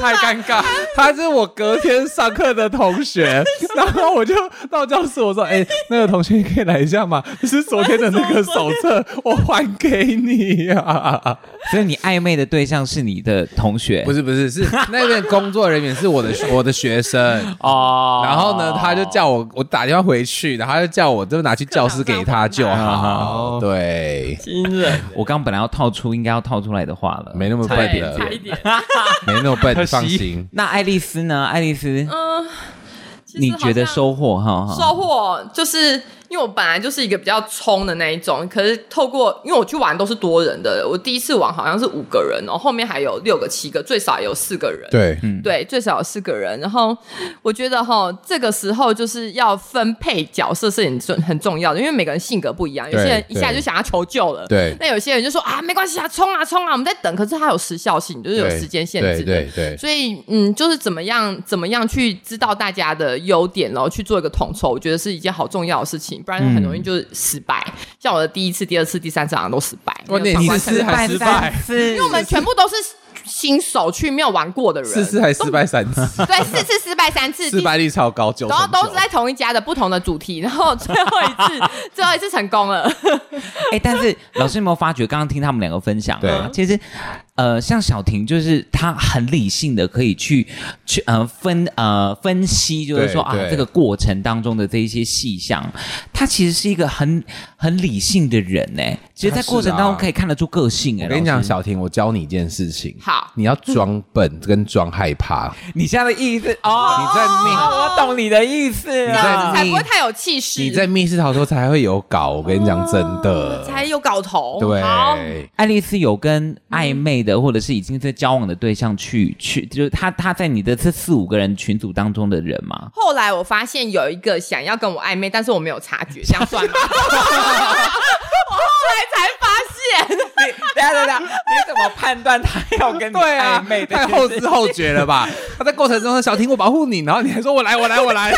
Speaker 5: 太尴尬，
Speaker 3: 他是我隔天上课的同 学，然后我就到教室，我说：“哎、那个同学，你可以来一下吗？这是昨天的那个手 册，我还给你啊。
Speaker 2: 所以你暧昧的对象是你的同学，
Speaker 3: 不
Speaker 2: 是
Speaker 3: 是不是，是那边工作人员是我的 我的学生，
Speaker 2: 哦
Speaker 3: 然后呢，他就叫我，我打电话回去，然后他就叫我就拿去教室给他就哦好。对，
Speaker 7: 惊人，
Speaker 2: 我刚本来要套出应该要套出来的话了，
Speaker 3: 没那么笨
Speaker 2: 差一点
Speaker 3: 的，
Speaker 4: 差一点。
Speaker 3: 没那么笨，
Speaker 5: 可惜
Speaker 3: 放心。
Speaker 2: 那爱丽丝呢？爱丽丝，
Speaker 4: 嗯，其实
Speaker 2: 你觉得啊
Speaker 4: 好像
Speaker 2: 收获哈？哈
Speaker 4: 收获就是因为我本来就是一个比较冲的那一种，可是透过因为我去玩都是多人的，我第一次玩好像是五个人，然后后面还有六个、七个，最少也有四个人。
Speaker 2: 嗯
Speaker 3: 对，
Speaker 4: 对，最少有四个人。然后我觉得哈，这个时候就是要分配角色是很重很重要的，因为每个人性格不一样，有些人
Speaker 3: 对
Speaker 4: 一下就想要求救了，
Speaker 3: 对
Speaker 4: 那有些人就说啊，没关系啊，冲啊冲啊，我们在等。可是它有时效性，就是有时间限制的。
Speaker 3: 对对对，
Speaker 4: 所以，嗯，就是怎么样，怎么样去知道大家的优点，然后去做一个统筹，我觉得是一件好重要的事情，不然
Speaker 3: 嗯
Speaker 4: 很容易就是失败。像我的第一次、第二次、第三次好像都失败，
Speaker 3: 哇
Speaker 4: 没有
Speaker 3: 你
Speaker 4: 闯
Speaker 3: 你
Speaker 4: 关
Speaker 3: 是
Speaker 4: 成功
Speaker 3: 还失败，
Speaker 4: 因为我们全部都是新手去没有玩过的人，
Speaker 3: 四次还失败三次，
Speaker 4: 对，四次失败三次，
Speaker 3: 失败率超高，九
Speaker 4: 然后
Speaker 3: 成
Speaker 4: 都
Speaker 3: 九
Speaker 4: 是。在同一家的不同的主题，然后最后一次， 最后一次成功了。
Speaker 2: 哎、但是老师有没有发觉，刚刚听他们两个分享、啊，
Speaker 3: 对
Speaker 2: 其实呃，像小婷就是她很理性的，可以去去呃分呃分析，就是说啊
Speaker 3: 对对
Speaker 2: 这个过程当中的这一些细项，她其实是一个很很理性的人呢、其实，在
Speaker 3: 她是
Speaker 2: 过程当中
Speaker 3: 啊
Speaker 2: 可以看得出个性、哎，
Speaker 3: 我跟你讲，
Speaker 2: 老师，
Speaker 3: 小婷，我教你一件事情。
Speaker 4: 好
Speaker 3: 你要装笨跟装害怕。
Speaker 2: 你现在的意思哦，你在命，我懂你的意思
Speaker 4: 这
Speaker 3: 在
Speaker 2: 了。
Speaker 4: 样子才不会太有气势，
Speaker 3: 你在密室逃脱才会有搞，我跟你讲，真的。
Speaker 4: 哦才有搞头。好，
Speaker 3: 对，
Speaker 2: 爱丽丝有跟暧昧的，或者是已经在交往的对象去去，就是她她在你的这四五个人群组当中的人吗？
Speaker 4: 后来我发现有一个想要跟我暧昧，但是我没有察觉，这样算 吗？我后来才发现，
Speaker 2: 等一下等一下，啊你怎么判断他要跟你
Speaker 3: 对啊
Speaker 2: 暧昧，的？
Speaker 3: 太后知后觉了 吧？他在过程中说：“小婷，我保护你。”然后你还说：“我来，我来，我 来。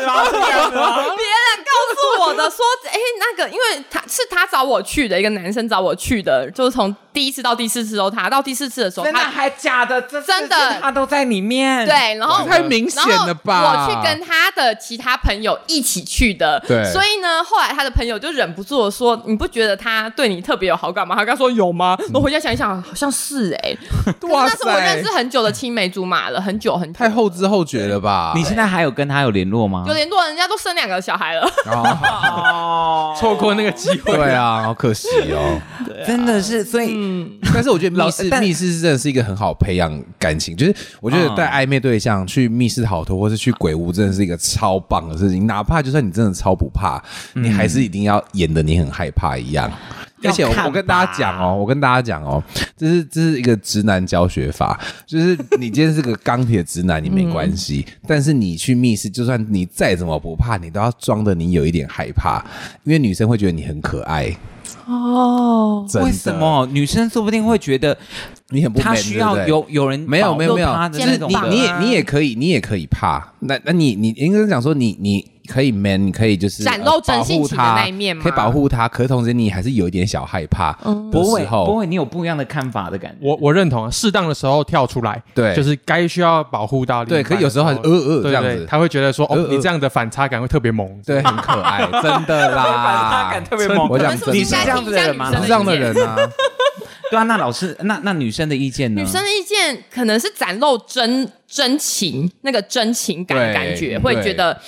Speaker 4: 别人告诉我的说，哎、那个，因为他是他找我去的，一个男生找我去的，就是从第一次到第四次都他，到第四次的时候他
Speaker 2: 还假的？这
Speaker 4: 真的
Speaker 2: 他都在里面。
Speaker 4: 对，然”后
Speaker 3: 太明显
Speaker 4: 然后
Speaker 3: 了吧？
Speaker 4: 我去跟他的其他朋友一起去的，
Speaker 3: 对
Speaker 4: 所以呢，后来他的朋友就忍不住地说：“你不觉得他对你特别有好感吗？”他刚说有吗？我回家想一想，好像是哎、可是
Speaker 3: 嗯哇
Speaker 4: 那是我
Speaker 3: 塞
Speaker 4: 认识，很久的青梅竹马了，很久很久
Speaker 3: 太。后知后觉了吧？
Speaker 2: 你现在还有跟他有联络吗
Speaker 4: 有？联络，人家都生两个小孩了，
Speaker 3: 哦
Speaker 5: 错过那个机会。
Speaker 3: 对啊，好可惜哦。
Speaker 2: 真的是，所以
Speaker 3: 但是我觉得密室
Speaker 2: 但嗯
Speaker 3: 密室真的是一个很好培养感情，就是我觉得带暧昧对象去密室逃脱或是去鬼屋，真的是一个超棒的事情。哪怕就算你真的超不怕，你还是一定要演的你很害怕一样。而且我
Speaker 2: 嗯要看吧
Speaker 3: 我跟大家讲哦，我跟大家讲哦，这是这是一个直男教学法，就是你今天是个钢铁直男，你没关系，
Speaker 2: 嗯
Speaker 3: 但是你去密室，就算你再怎么不怕，你都要装的你有一点害怕，因为女生会觉得你很可爱哦。真的
Speaker 2: 为什？么女生说不定会觉得
Speaker 3: 你很不
Speaker 2: 她
Speaker 3: man，
Speaker 2: 需
Speaker 3: 对不
Speaker 2: 要
Speaker 3: 对
Speaker 2: 有有人
Speaker 3: 没有没有没有
Speaker 2: 保佑她，的
Speaker 3: 就
Speaker 2: 那
Speaker 3: 是
Speaker 2: 种
Speaker 3: 你
Speaker 2: 的
Speaker 3: 你也你也可以你也可以怕，那那你你应该是讲说你你可以 man，你可以就是
Speaker 4: 展
Speaker 3: 呃
Speaker 4: 露真性
Speaker 3: 保护
Speaker 4: 情的
Speaker 3: 他
Speaker 4: 那一面吗
Speaker 3: 可以保护他，可是同时你还是有一点小害怕的
Speaker 2: 博
Speaker 3: 时
Speaker 2: 伟，博
Speaker 3: 候，
Speaker 2: 伟，你有不一样的看法的感觉。
Speaker 5: 我我认同啊，适当的时候跳出来，
Speaker 3: 对
Speaker 5: 就是该需要保护到另
Speaker 3: 对，
Speaker 5: 一半的时候。
Speaker 3: 可是有时候很呃呃
Speaker 5: 对
Speaker 3: 这样
Speaker 5: 对
Speaker 3: 子，
Speaker 5: 他会觉得说，哦
Speaker 3: 呃，呃
Speaker 5: 你这样的反差感会特别萌。
Speaker 3: 对，很可爱，真的啦，
Speaker 2: 特别猛
Speaker 3: 我讲
Speaker 4: 们是不
Speaker 3: 真的，
Speaker 4: 是
Speaker 2: 你
Speaker 4: 应
Speaker 2: 是
Speaker 4: 该
Speaker 2: 这样
Speaker 4: 听
Speaker 2: 子
Speaker 4: 一
Speaker 2: 的
Speaker 4: 下
Speaker 2: 人
Speaker 4: 女
Speaker 2: 吗
Speaker 4: 生
Speaker 3: 你
Speaker 4: 的
Speaker 3: 这样
Speaker 4: 意
Speaker 3: 的
Speaker 4: 见？
Speaker 3: 人啊，
Speaker 2: 对啊，那老师，那那女生的意见呢？
Speaker 4: 女生的意见可能是展露真真情，那个真情感的
Speaker 3: 对
Speaker 4: 感
Speaker 3: 对
Speaker 4: 觉，会觉得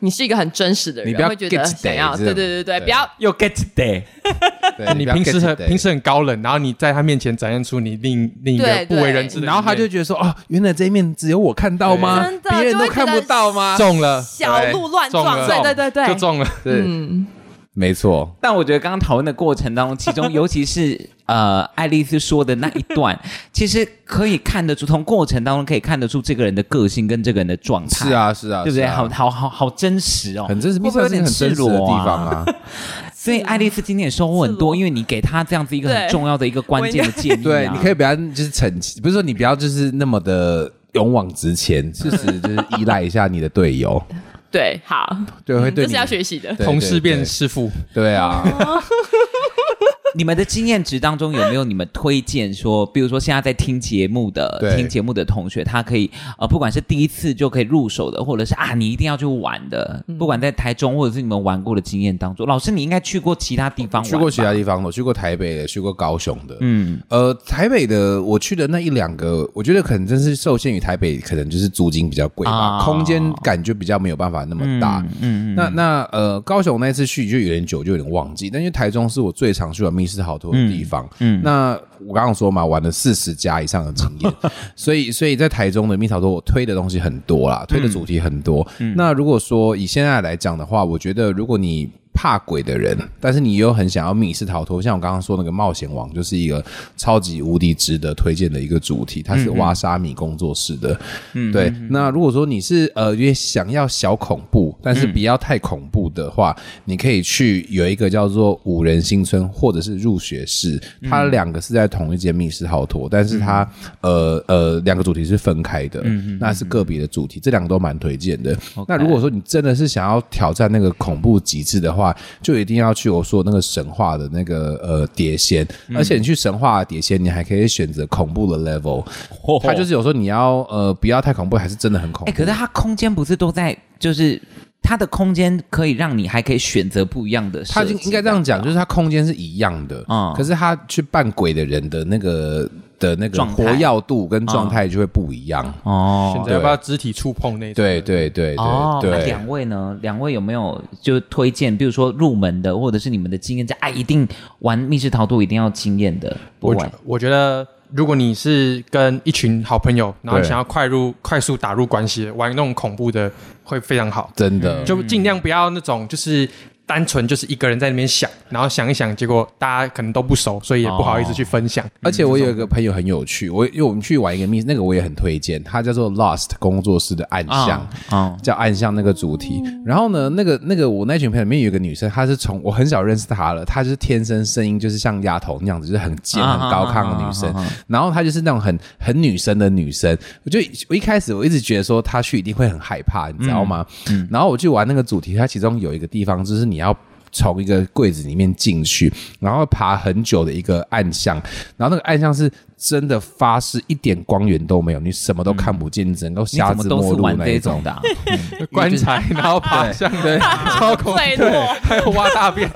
Speaker 4: 你是一个很真实的人，
Speaker 3: 你不要
Speaker 4: 会觉得
Speaker 3: get
Speaker 4: 想要，
Speaker 3: day 这
Speaker 4: 对
Speaker 3: 种
Speaker 4: 对对
Speaker 3: 对
Speaker 4: 对，不要
Speaker 2: 又 get day，
Speaker 3: 对
Speaker 5: 你
Speaker 3: 不要
Speaker 5: 平时
Speaker 3: get
Speaker 5: 很
Speaker 3: today
Speaker 5: 平时很高冷，然后你在他面前展现出你另另一个
Speaker 4: 对
Speaker 5: 不为人知的一面，
Speaker 3: 然后他就觉得说，哦，原来这一面只有我看到吗
Speaker 4: 真？的
Speaker 3: 别人
Speaker 4: 就会
Speaker 3: 都
Speaker 4: 觉
Speaker 3: 看不
Speaker 4: 得
Speaker 3: 到吗？
Speaker 5: 中了，
Speaker 4: 小鹿乱
Speaker 5: 中
Speaker 4: 撞，
Speaker 5: 了
Speaker 4: 对对对对，
Speaker 5: 就中了。
Speaker 3: 对，
Speaker 4: 嗯，
Speaker 3: 没错，
Speaker 2: 但我觉得刚刚讨论的过程当中，其中尤其是呃爱丽丝说的那一段，其实可以看得出，从过程当中可以看得出这个人的个性跟这个人的状态，
Speaker 3: 是，啊，是啊，
Speaker 2: 对不
Speaker 3: 是
Speaker 2: 对？
Speaker 3: 啊
Speaker 2: 好好好好真实哦，
Speaker 3: 很真实，
Speaker 2: 会不会有
Speaker 3: 是
Speaker 2: 点
Speaker 3: 很
Speaker 2: 赤
Speaker 3: 真实的
Speaker 2: 裸
Speaker 3: 地方
Speaker 2: 啊？
Speaker 3: 啊。
Speaker 2: 所以爱丽丝今天也收获很
Speaker 4: 赤裸
Speaker 2: 多，因为你给她这样子一个很
Speaker 4: 对
Speaker 2: 重要的一个关键的建议、啊，
Speaker 3: 对，你可以不要就是逞气，不是说你不要就是那么的勇往直前， 事实就是依赖一下你的队友，
Speaker 4: 对，好，
Speaker 3: 对，会
Speaker 4: 嗯
Speaker 3: 对
Speaker 4: 这
Speaker 3: 你
Speaker 4: 是要学习的。
Speaker 3: 对
Speaker 5: 同事
Speaker 3: 对
Speaker 5: 变
Speaker 3: 对
Speaker 5: 师傅，
Speaker 3: 对啊，
Speaker 2: 你们的经验值当中有没有你们推荐说，比如说现在在听节目的
Speaker 3: 对
Speaker 2: 听节目的同学，他可以呃，不管是第一次就可以入手的，或者是啊，你一定要去玩的，不管在台中或者是你们玩过的经验当中，老师你应该去过其他地方玩，
Speaker 3: 去过其他，地方的，我去过台北的，去过高雄的，
Speaker 2: 嗯，
Speaker 3: 呃，台北的我去的那一两个，我觉得可能真是受限于台北，可能就是租金比较贵吧，
Speaker 2: 啊
Speaker 3: 空间感觉比较没有办法那么大。
Speaker 2: 嗯
Speaker 3: 那那呃，高雄那次去就有点久，就有点忘记。但因为台中是我最常去玩密室逃脱的地方，嗯，那我刚刚有说嘛，玩了四十家以上的经 验，所以所以在台中的密室逃脱，我推的东西很多啦，推的主题很多。那如果说以现在来讲的话，我觉得如果你怕鬼的人，但是你又很想要密室逃脱，像我刚刚说那个冒险王，就是一个超级无敌值得推荐的一个主题，它是瓦沙米工作室的。嗯，对。那如果说你是呃，因为想要小恐怖，但是不要太恐怖的话，你可以去有一个叫做五人新村或者是入学室，它两个是在同一间密室逃脱，但是它、呃呃两个主题是分开的，
Speaker 2: 嗯
Speaker 3: 那是个别的主题，这两个都蛮推荐的。那如果说你真的是想要挑战那个恐怖极致的话，就一定要去我说那个神话的那个呃碟仙，
Speaker 2: 嗯
Speaker 3: 而且你去神话的碟仙，你还可以选择恐怖的 level，、它就是有时候你要呃不要太恐怖，还是真的很恐
Speaker 2: 哦哎、
Speaker 3: 怖。
Speaker 2: 可是它空间不是都在，就是它的空间可以让你还可以选择不一样的设计
Speaker 3: 它
Speaker 2: 吧，
Speaker 3: 就应该这样讲，就是它空间是一样的，
Speaker 2: 啊嗯
Speaker 3: 可是它去扮鬼的人的那个的那个
Speaker 2: 状态嗯
Speaker 3: 活跃度跟状态就会不一样。
Speaker 2: 哦。
Speaker 5: 选择要不要肢体触碰那种？
Speaker 3: 对对对对
Speaker 2: 哦，那
Speaker 3: 对
Speaker 2: 两，位呢？两位有没有就推荐，比如说入门的，或者是你们的经验？这哎，一定玩密室逃脱一定要经验的，不
Speaker 5: 我
Speaker 2: 会
Speaker 5: 觉我觉得，如果你是跟一群好朋友，然后
Speaker 3: 对
Speaker 5: 想要快入快速打入关系，玩那种恐怖的会非常好，
Speaker 3: 真的
Speaker 5: 就尽量不要那种就是。单纯就是一个人在那边想，然后想一想，结果大家可能都不熟，所以也不好
Speaker 3: 哦
Speaker 5: 意思去分享。
Speaker 3: 而且我有一个朋友很有趣，我因为我们去玩一个密，那个我也很推荐，它叫做 Lost 工作室的暗
Speaker 2: 啊
Speaker 3: 巷。
Speaker 2: 啊
Speaker 3: 叫暗巷那个主题。然后呢，那个那个我那群朋友里面有一个女生，她是从我很小认识她了，她就是天生声音就是像丫头那样子，就是很尖、
Speaker 2: 啊
Speaker 3: 很高亢的女
Speaker 2: 啊啊啊
Speaker 3: 生。然后她就是那种很很女生的女生。我就我一开始我一直觉得说她去一定会很害怕，你知道吗？
Speaker 2: 嗯
Speaker 3: 然后我去玩那个主题，它其中有一个地方就是你要。从一个柜子里面进去，然后爬很久的一个暗巷，然后那个暗巷是真的发誓一点光源都没有，你什么都看不见，你只能够
Speaker 2: 嗯你
Speaker 3: 瞎
Speaker 2: 怎么
Speaker 3: 子
Speaker 2: 都
Speaker 3: 摸
Speaker 2: 是
Speaker 3: 路
Speaker 2: 玩
Speaker 3: 那
Speaker 2: 这
Speaker 3: 一
Speaker 2: 种
Speaker 3: 种
Speaker 2: 的啊、
Speaker 5: 棺材，然后爬向 对，超恐怖，
Speaker 4: 坠落
Speaker 5: 对，还有挖大便，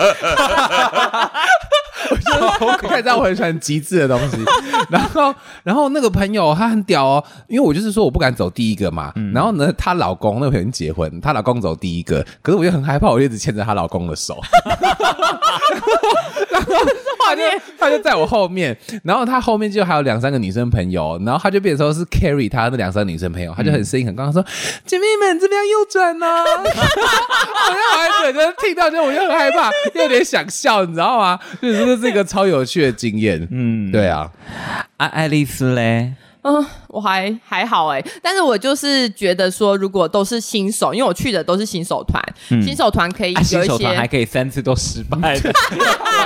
Speaker 3: 你看，这样我很喜欢极致的东西。 然后，然后那个朋友他很屌哦，因为我就是说我不敢走第一个嘛。
Speaker 5: 嗯
Speaker 3: 然后呢，她老公那个朋友已经结婚，她老公走第一个，可是我就很害怕，我就一直牵着她老公的手。 然后他就他就在我后面，然后他后面就还有两三个女生朋友，然后他就变成说是 carry 他那两三个女生朋友，他就
Speaker 5: 嗯
Speaker 3: 很声音很高，他说：“姐妹们，这边要右转啊呢、好像我还整个听到，就我就很害怕，又有点想笑，你知道吗？就是这是一个超有趣的经验。嗯，对啊，
Speaker 2: 啊，爱丽丝嘞，
Speaker 4: 嗯，我还还好哎、但是我就是觉得说，如果都是新手，因为我去的都是新手团，
Speaker 3: 嗯
Speaker 4: 新手团可以
Speaker 2: 啊，
Speaker 4: 有
Speaker 2: 新
Speaker 4: 一
Speaker 2: 手
Speaker 4: 些，
Speaker 2: 团还可以三次都失败的，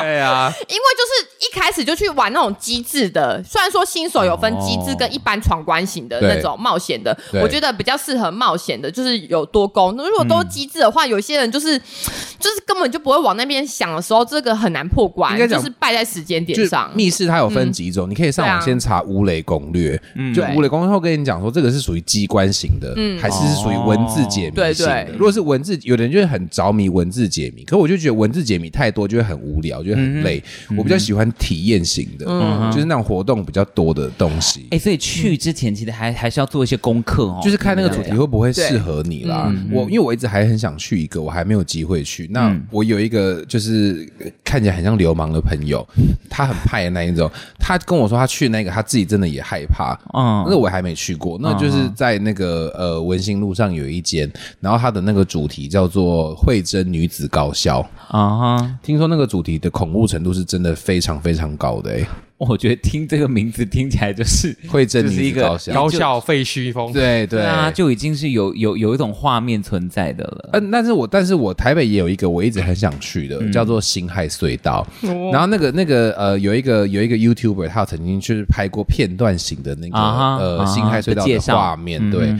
Speaker 3: 对啊，
Speaker 4: 因为就是一开始就去玩那种机制的，虽然说新手有分机制跟一般闯关型的那种冒险的，
Speaker 3: 哦对
Speaker 4: 我觉得比较适合冒险的，就是有多攻。那如果都机制的话，有些人就是就是根本就不会往那边想的时候，这个很难破关
Speaker 3: 应该，
Speaker 4: 就
Speaker 3: 讲
Speaker 4: 是败在时间
Speaker 3: 就
Speaker 4: 点上。
Speaker 3: 密室它有分几种，你可以上
Speaker 4: 对
Speaker 3: 网
Speaker 4: 啊
Speaker 3: 先查吴磊攻略，就
Speaker 4: 对
Speaker 3: 吴磊攻略后跟你讲说这个是属于机关型的，
Speaker 4: 嗯哦
Speaker 3: 还是是属于文字解谜型
Speaker 4: 对
Speaker 3: 的。
Speaker 4: 对
Speaker 3: 如果是文字，有的人就会很着迷文字解谜，可我就觉得文字解谜太多就会很无聊，就会很累。我比较喜欢体验型的，
Speaker 4: 嗯
Speaker 3: 就是那种活动比较多的东西。
Speaker 2: 哎，所以去之前其实还还是要做一些功课哦，嗯
Speaker 3: 就是看那个主题会不会
Speaker 4: 对
Speaker 3: 适合你啦。我因为我一直还很想去一个，我还没有机会去。那我有一个就是呃看起来很像流氓的朋 友，他很派的那一种。他跟我说他去那个，他自己真的也害怕。
Speaker 2: 嗯
Speaker 3: 那我还没去过，那
Speaker 2: 哦
Speaker 3: 就是在那个呃文心路上有一间，然后它的那个主题叫做慧珍女子高校。
Speaker 2: 啊哈，
Speaker 3: 听说那个主题的恐怖程度是真的非常非常高的、欸，
Speaker 2: 我觉得听这个名字听起来就是
Speaker 3: 慧珍
Speaker 2: 就
Speaker 3: 女
Speaker 2: 是一
Speaker 3: 子
Speaker 2: 个
Speaker 3: 高校。
Speaker 5: 高校废墟风，
Speaker 3: 对对
Speaker 2: 对啊，就已经是有有有一种画面存在的了。
Speaker 3: 嗯，但是我但是我台北也有一个我一直很想去的，
Speaker 2: 嗯
Speaker 3: 叫做辛亥隧道。
Speaker 2: 哦
Speaker 3: 然后那个那个呃，有一个有一个 YouTuber，他曾经就是拍过片段型的那个、
Speaker 2: 啊哈啊
Speaker 3: 呃
Speaker 2: 哈
Speaker 3: 辛亥隧道
Speaker 2: 的介
Speaker 3: 的
Speaker 2: 绍嗯
Speaker 3: 画面。对，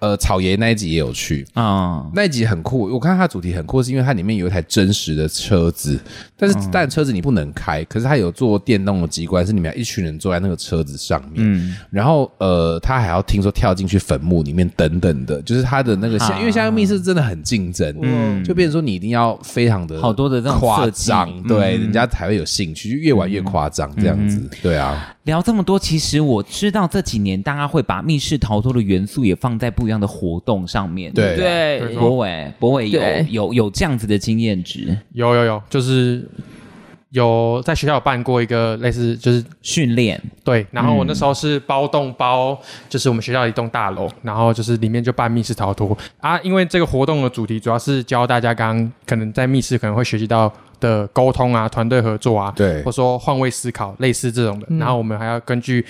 Speaker 3: 呃，草爷那一集也有去。
Speaker 2: 啊，
Speaker 3: 那一集很酷，我看它主题很酷，是因为它里面有一台真实的车子，但是但车子你不能开，可是它有做电动的机关，是你们要一群人坐在那个车子上面，然后呃，他还要听说跳进去坟墓里面等等的，就是他的那个现，
Speaker 2: 啊
Speaker 3: 因为现在密室真的很竞争，就变成说你一定要非常的
Speaker 2: 好多的这种
Speaker 3: 夸
Speaker 2: 设计
Speaker 3: 张，
Speaker 2: 嗯
Speaker 3: 对，人家才会有兴趣，就越玩越夸张这样子，对啊，
Speaker 2: 聊这么多，其实我知道这几年大家会把密室逃脱的元素也放在不一样的活动上面。
Speaker 3: 对啊
Speaker 4: 对
Speaker 2: 博伟，博伟有
Speaker 4: 对
Speaker 2: 有有这样子的经验值
Speaker 5: 有有有，就是有在学校有办过一个类似就是
Speaker 2: 训练，
Speaker 5: 对，然后我那时候是包栋包，就是我们学校的一栋大楼，然后就是里面就办密室逃脱啊。因为这个活动的主题主要是教大家刚刚可能在密室可能会学习到的沟通啊、团队合作啊，
Speaker 3: 对
Speaker 5: 或说换位思考类似这种的。然后我们还要根据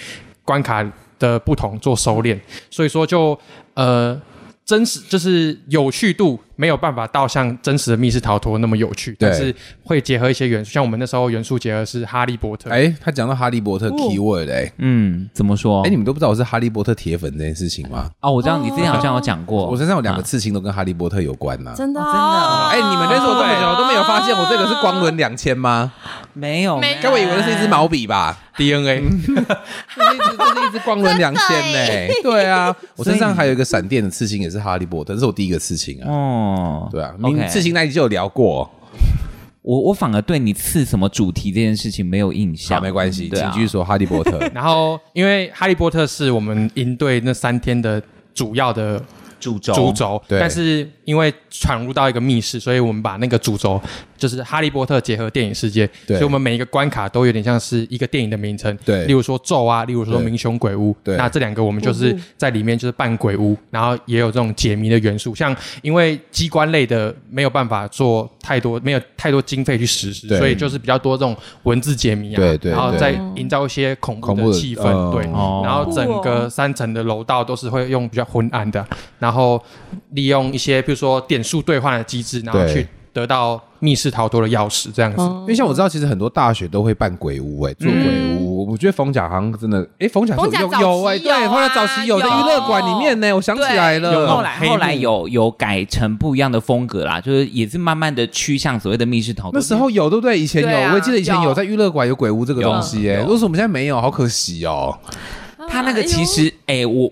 Speaker 5: 关卡的不同做收敛，所以说就呃。真实就是有趣度没有办法到像真实的密室逃脱那么有趣，
Speaker 3: 对
Speaker 5: 但是会结合一些元素，像我们那时候元素结合是哈利波特，
Speaker 3: 哎，他讲到哈利波特 keyword 哎、
Speaker 2: 嗯，怎么说？
Speaker 3: 哎、你们都不知道我是哈利波特铁粉这件事情吗？
Speaker 2: 哦，我知道你之前好像有讲过，
Speaker 3: 哦我身上有两个
Speaker 2: 啊
Speaker 3: 刺青都跟哈利波特有关呐、
Speaker 6: 真的、啊
Speaker 2: 真的哦
Speaker 3: 哎、你们认识我这么久都没有发现我这个是光轮两千吗？
Speaker 2: 没有，
Speaker 4: 没有
Speaker 3: 该我以为那是一支毛笔吧？
Speaker 5: DNA，
Speaker 3: 这是一支，这是一支光轮两千呢。对啊，我身上还有一个闪电的刺青，也是哈利波特，这是我第一个刺青啊。
Speaker 2: 哦，
Speaker 3: 对啊，明
Speaker 2: OK，
Speaker 3: 刺青那一集就有聊过，
Speaker 2: 我我反而对你刺什么主题这件事情没有印象，
Speaker 3: 好，没关系，
Speaker 2: 对啊
Speaker 3: 请继续说哈利波特。
Speaker 5: 然后，因为《哈利波特》是我们营队那三天的主要的
Speaker 2: 主轴
Speaker 5: 主轴，
Speaker 3: 对
Speaker 5: 但是因为闯入到一个密室，所以我们把那个主轴就是《哈利波特》结合电影世界，
Speaker 3: 对
Speaker 5: 所以我们每一个关卡都有点像是一个电影的名称，
Speaker 3: 对
Speaker 5: 例如说咒啊，例如说
Speaker 3: 对
Speaker 5: 明雄鬼屋，
Speaker 3: 对
Speaker 5: 那这两个我们就是在里面就是扮鬼屋，然后也有这种解谜的元素，像因为机关类的没有办法做太多，没有太多经费去实施，
Speaker 3: 对
Speaker 5: 所以就是比较多这种文字解谜啊，
Speaker 3: 对对
Speaker 5: 然后
Speaker 3: 对
Speaker 5: 再营造一些恐
Speaker 3: 恐
Speaker 5: 怖
Speaker 3: 怖
Speaker 5: 的
Speaker 3: 的
Speaker 5: 气氛，
Speaker 3: 嗯
Speaker 5: 对，
Speaker 2: 哦
Speaker 5: 然后整个三层的楼道都是会用比较昏暗的，然后利用一些比如说点数兑换的机制，然后
Speaker 3: 对
Speaker 5: 去得到密室逃脱的钥匙这样子。
Speaker 3: 因为像我知道，其实很多大学都会办鬼屋，哎，做鬼屋。我觉得冯甲好像真的，哎，冯甲是
Speaker 4: 逢甲
Speaker 3: 有
Speaker 4: 早期
Speaker 3: 有哎，
Speaker 4: 有
Speaker 3: 对，
Speaker 4: 啊
Speaker 3: 后来早期有在
Speaker 4: 有
Speaker 3: 娱乐馆里面呢，我想起来
Speaker 5: 有
Speaker 3: 了
Speaker 2: 呃后。来
Speaker 5: 黑幕
Speaker 2: 后来有有改成不一样的风格啦，就是也是慢慢的趋向所谓的密室逃脱。
Speaker 3: 那时候有对不对？以前
Speaker 4: 对
Speaker 3: 有，
Speaker 4: 啊
Speaker 3: 我记得以前有
Speaker 4: 有
Speaker 3: 在娱乐馆有鬼屋这个
Speaker 2: 有
Speaker 3: 东西，哎，
Speaker 2: 有
Speaker 3: 为什么现在没有？好可惜哦。
Speaker 2: 他那个其实，哎、我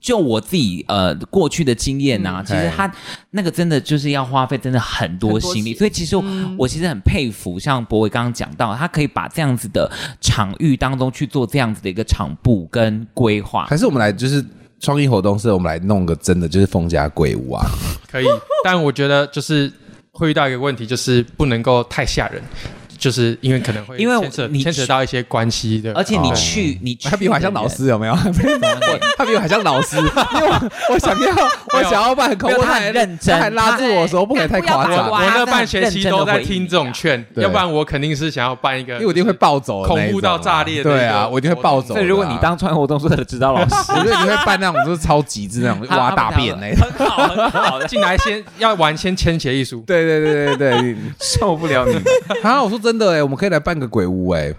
Speaker 2: 就我自己呃过去的经验呐、其实
Speaker 3: 嘿
Speaker 2: 他那个真的就是要花费真的很多心力，所以其实我,、我其实很佩服，像博伟刚刚讲到，他可以把这样子的场域当中去做这样子的一个场布跟规划。
Speaker 3: 还是我们来就是创意活动社，我们来弄个真的就是风家鬼屋啊，
Speaker 5: 可以，但我觉得就是会遇到一个问题，就是不能够太吓人，就是因为可能会
Speaker 2: 因为
Speaker 5: 牵扯
Speaker 2: 你
Speaker 5: 牵扯到一些关系的，
Speaker 2: 而且你
Speaker 3: 哦
Speaker 2: 去，你 去
Speaker 3: 他比我还像老师哦有没有？我他比我还像老 师，因为我我想要我想要办恐
Speaker 2: 没
Speaker 3: 怖，
Speaker 2: 有他很
Speaker 3: 还
Speaker 2: 认真
Speaker 3: 他还拉住我说不可以太夸
Speaker 4: 他
Speaker 3: 张
Speaker 4: 不要，
Speaker 5: 我那半学期都在听这种劝，
Speaker 3: 对
Speaker 5: 要不然我肯定是想要办一个，
Speaker 3: 因为我一定会暴走的那一种啊，
Speaker 5: 恐怖到炸裂的一个
Speaker 3: 对啊，我一定会暴走的啊。
Speaker 2: 所以如果你当穿活动社的指导老 师，
Speaker 3: 我觉得你会办那种就是超极致那种
Speaker 2: 他
Speaker 3: 挖大便那种。
Speaker 2: 很好很好的，
Speaker 5: 进来先要玩先签协议书，
Speaker 3: 对对对对对，
Speaker 2: 受不了你。
Speaker 3: 欸啊！我说真的哎、我们可以来办个鬼屋哎、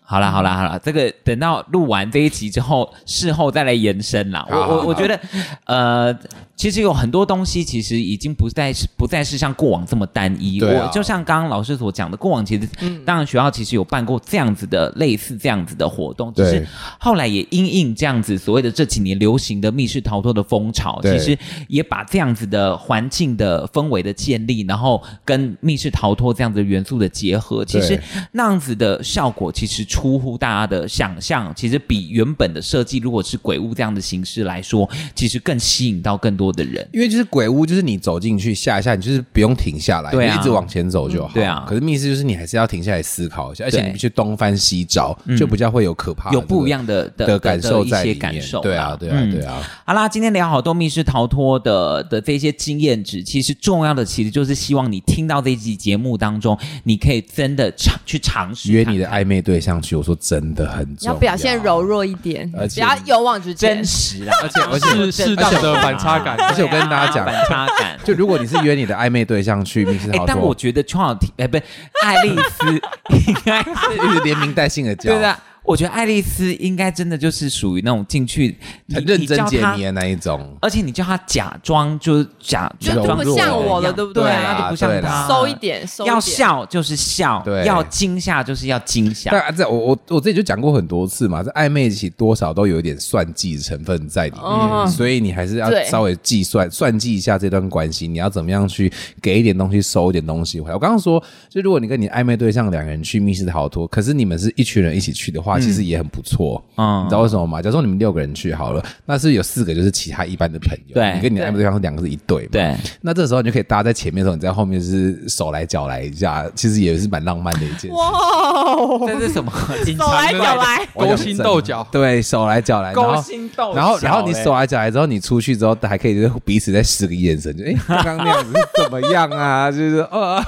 Speaker 2: 好啦，好啦，好啦，这个等到录完这一集之后，事后再来延伸啦。我
Speaker 3: 好好
Speaker 2: 我
Speaker 3: 好
Speaker 2: 我觉得，呃，其实有很多东西其实已经不再是不再是像过往这么单一。
Speaker 3: 对啊嗯
Speaker 2: 我就像刚刚老师所讲的，过往其实、当然学校其实有办过这样子的类似这样子的活动，只
Speaker 3: 对
Speaker 2: 是后来也因应这样子所谓的这几年流行的密室逃脱的风潮，
Speaker 3: 对
Speaker 2: 其实也把这样子的环境的氛围的建立，然后跟密室逃脱这样子的元素的结合，其实
Speaker 3: 对
Speaker 2: 那样子的效果其实出乎大家的想象，其实比原本的设计，如果是鬼屋这样的形式来说，其实更吸引到更多的人。
Speaker 3: 因为就是鬼屋，就是你走进去下一下，你就是不用停下来，
Speaker 2: 对啊
Speaker 3: 你一直往前走就好。
Speaker 2: 对啊
Speaker 3: 可是密室就是你还是要停下来思考一下，而且
Speaker 2: 对
Speaker 3: 你必须东翻西找，就比较会有可怕的
Speaker 2: 嗯有
Speaker 3: 这
Speaker 2: 不
Speaker 3: 个
Speaker 2: 一样的的
Speaker 3: 啊的感受
Speaker 2: 一
Speaker 3: 在里
Speaker 2: 些
Speaker 3: 面。
Speaker 2: 感受啦，
Speaker 3: 对啊，对啊，
Speaker 2: 嗯
Speaker 3: 对啊，
Speaker 2: 好啦，今天聊好多密室逃脱的的这些经验值，其实重要的其实就是希望你听到这一集节目当中，你可以真的尝去尝试
Speaker 3: 约
Speaker 2: 看
Speaker 3: 你的暧昧对象去，我说真的很重
Speaker 4: 你要表现柔弱一点，
Speaker 3: 而
Speaker 4: 不
Speaker 3: 且
Speaker 4: 要勇往直前
Speaker 2: 真。实啦，啊而且
Speaker 3: 而且
Speaker 5: 适适当的反差 感。
Speaker 3: 而且我跟大家讲，
Speaker 2: 反差感。
Speaker 3: 就如果你是约你的暧昧对象去密室
Speaker 2: 哎、
Speaker 3: 逃
Speaker 2: 但我
Speaker 3: 脱，
Speaker 2: 觉得创好题，哎、不是爱丽丝应该 是
Speaker 3: 一直连名带姓的讲，
Speaker 2: 对啊的。我觉得爱丽丝应该真的就是属于那种进去你
Speaker 3: 很认
Speaker 2: 你叫
Speaker 3: 真解
Speaker 2: 她
Speaker 3: 谜的那一种。
Speaker 2: 而且你叫她假装就是假
Speaker 4: 就
Speaker 2: 假装
Speaker 3: 不
Speaker 2: 弱
Speaker 3: 像
Speaker 2: 的
Speaker 4: 我了
Speaker 2: 样
Speaker 4: 对不
Speaker 2: 对
Speaker 4: 对
Speaker 2: 啊？就不像
Speaker 3: 对啦
Speaker 2: 她
Speaker 4: 收一点，收一点
Speaker 2: 要笑就是笑，
Speaker 3: 对
Speaker 2: 要惊吓就是要惊吓。
Speaker 3: 但啊这我我我自己就讲过很多次嘛，这暧昧期多少都有一点算计成分在里面，
Speaker 4: 嗯
Speaker 3: 所以你还是要
Speaker 4: 对
Speaker 3: 稍微计算算计一下这段关系，你要怎么样去给一点东西，收一点东西回来。我刚刚说，就如果你跟你暧昧对象两个人去密室逃脱，可是你们是一群人一起去的话，其实也很不错。
Speaker 2: 嗯
Speaker 3: 你知道为什么吗？假如说你们六个人去好了，那是有四个就是其他一般的朋友，
Speaker 2: 对
Speaker 3: 你跟你的暧昧对象是两个是一对嘛，
Speaker 2: 对，
Speaker 3: 那这时候你就可以搭在前面的时候，你在后面就是手来脚来一下，其实也是蛮浪漫的一件事。
Speaker 4: 哇，
Speaker 2: 这是什么？
Speaker 4: 手来脚来，
Speaker 5: 勾心斗角
Speaker 3: 啊对手来脚来，然后
Speaker 2: 斗
Speaker 3: 然后然
Speaker 5: 欸
Speaker 3: 后你手来脚来之后，你出去之后还可以就是彼此再使个眼神，就哎 刚刚那样子是怎么样啊？ 就是呃，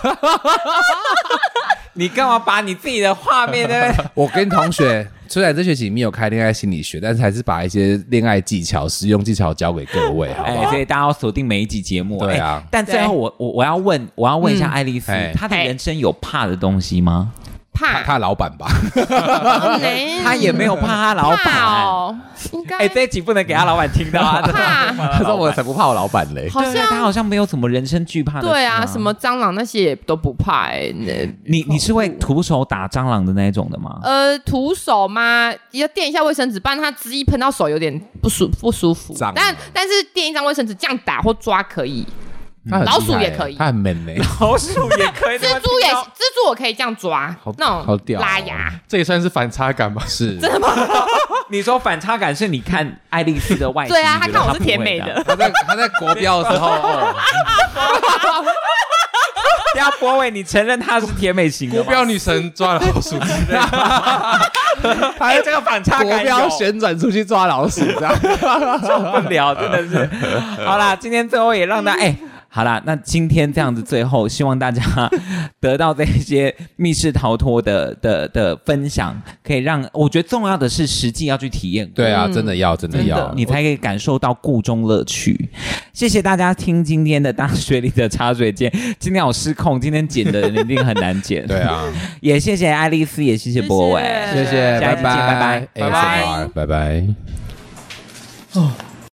Speaker 2: 你干嘛把你自己的画面呢？
Speaker 3: 我跟同学虽然这学期没有开恋爱心理学，但是还是把一些恋爱技巧、实用技巧教给各位，好不
Speaker 2: 哎，
Speaker 3: 好
Speaker 2: 所？以大家要锁定每一集节目。
Speaker 3: 对啊
Speaker 2: 哎但最后我我我要问，我要问一下爱丽丝
Speaker 3: 嗯哎，
Speaker 2: 她的人生有怕的东西吗？
Speaker 3: 怕
Speaker 4: 怕哦
Speaker 3: 怕老板吧？
Speaker 4: 没
Speaker 2: 她也没有怕她老
Speaker 4: 怕
Speaker 2: 板。
Speaker 4: 哦，应
Speaker 2: 哎，
Speaker 4: 该
Speaker 2: 这一集不能给她老板听到 啊！
Speaker 3: 他
Speaker 4: 怕，
Speaker 3: 说我才不怕我老板嘞。
Speaker 4: 好
Speaker 2: 对对她
Speaker 4: 像
Speaker 2: 好像没有什么人生惧怕的事。
Speaker 4: 对啊，什么蟑螂那些也都不怕哎。那
Speaker 2: 你你是会徒手打蟑螂的那一种的吗？
Speaker 4: 呃，徒手吗？要垫一下卫生纸，不然它直一喷到手有点不舒不舒服
Speaker 3: 脏。
Speaker 4: 但但是垫一张卫生纸这样打或抓可以，
Speaker 3: 他很厉害
Speaker 4: 老鼠也可以
Speaker 3: 他很 man 欸嘞，
Speaker 2: 老鼠哦也可以
Speaker 4: 蜘蛛也蜘蛛我可以这样抓
Speaker 3: 好，
Speaker 4: 那
Speaker 3: 好
Speaker 4: 种
Speaker 3: 屌哦
Speaker 4: 拉牙。
Speaker 5: 这也算是反差感吧？
Speaker 3: 是
Speaker 2: 你说反差感是你看爱丽丝的外形，
Speaker 4: 对啊，
Speaker 2: 你觉得
Speaker 4: 他看我
Speaker 2: 她
Speaker 4: 是
Speaker 2: 不
Speaker 4: 甜
Speaker 2: 会
Speaker 4: 美
Speaker 2: 的
Speaker 4: 的。
Speaker 3: 他在他在国标的时候，哦
Speaker 2: 要博伟，你承认她是甜美型的
Speaker 5: 国
Speaker 2: 吗？
Speaker 5: 标女神抓老鼠之类的，
Speaker 2: 哎，这个反差
Speaker 3: 国
Speaker 2: 感
Speaker 3: 标
Speaker 2: 有
Speaker 3: 旋转出去抓老鼠这样。
Speaker 2: 受不了，真 的是。好啦，今天最后也让
Speaker 3: 嗯
Speaker 2: 大家哎。好啦，那今天这样子，最后希望大家得到这些密室逃脱的的的分享，可以让我觉得重要的是实际要去体验过，
Speaker 3: 对啊，真的要，真的要，
Speaker 2: 你才可以感受到故中乐趣。谢谢大家听今天的大学里的茶水间， 今天我失控，今天剪的人一定很难 剪。
Speaker 3: 对，啊，
Speaker 2: 也谢谢爱丽丝，也谢谢博伟，
Speaker 4: 谢
Speaker 3: 谢谢，拜哎
Speaker 2: 下一集见拜
Speaker 3: 拜
Speaker 2: 拜，
Speaker 3: 拜拜，拜拜。
Speaker 5: 哦，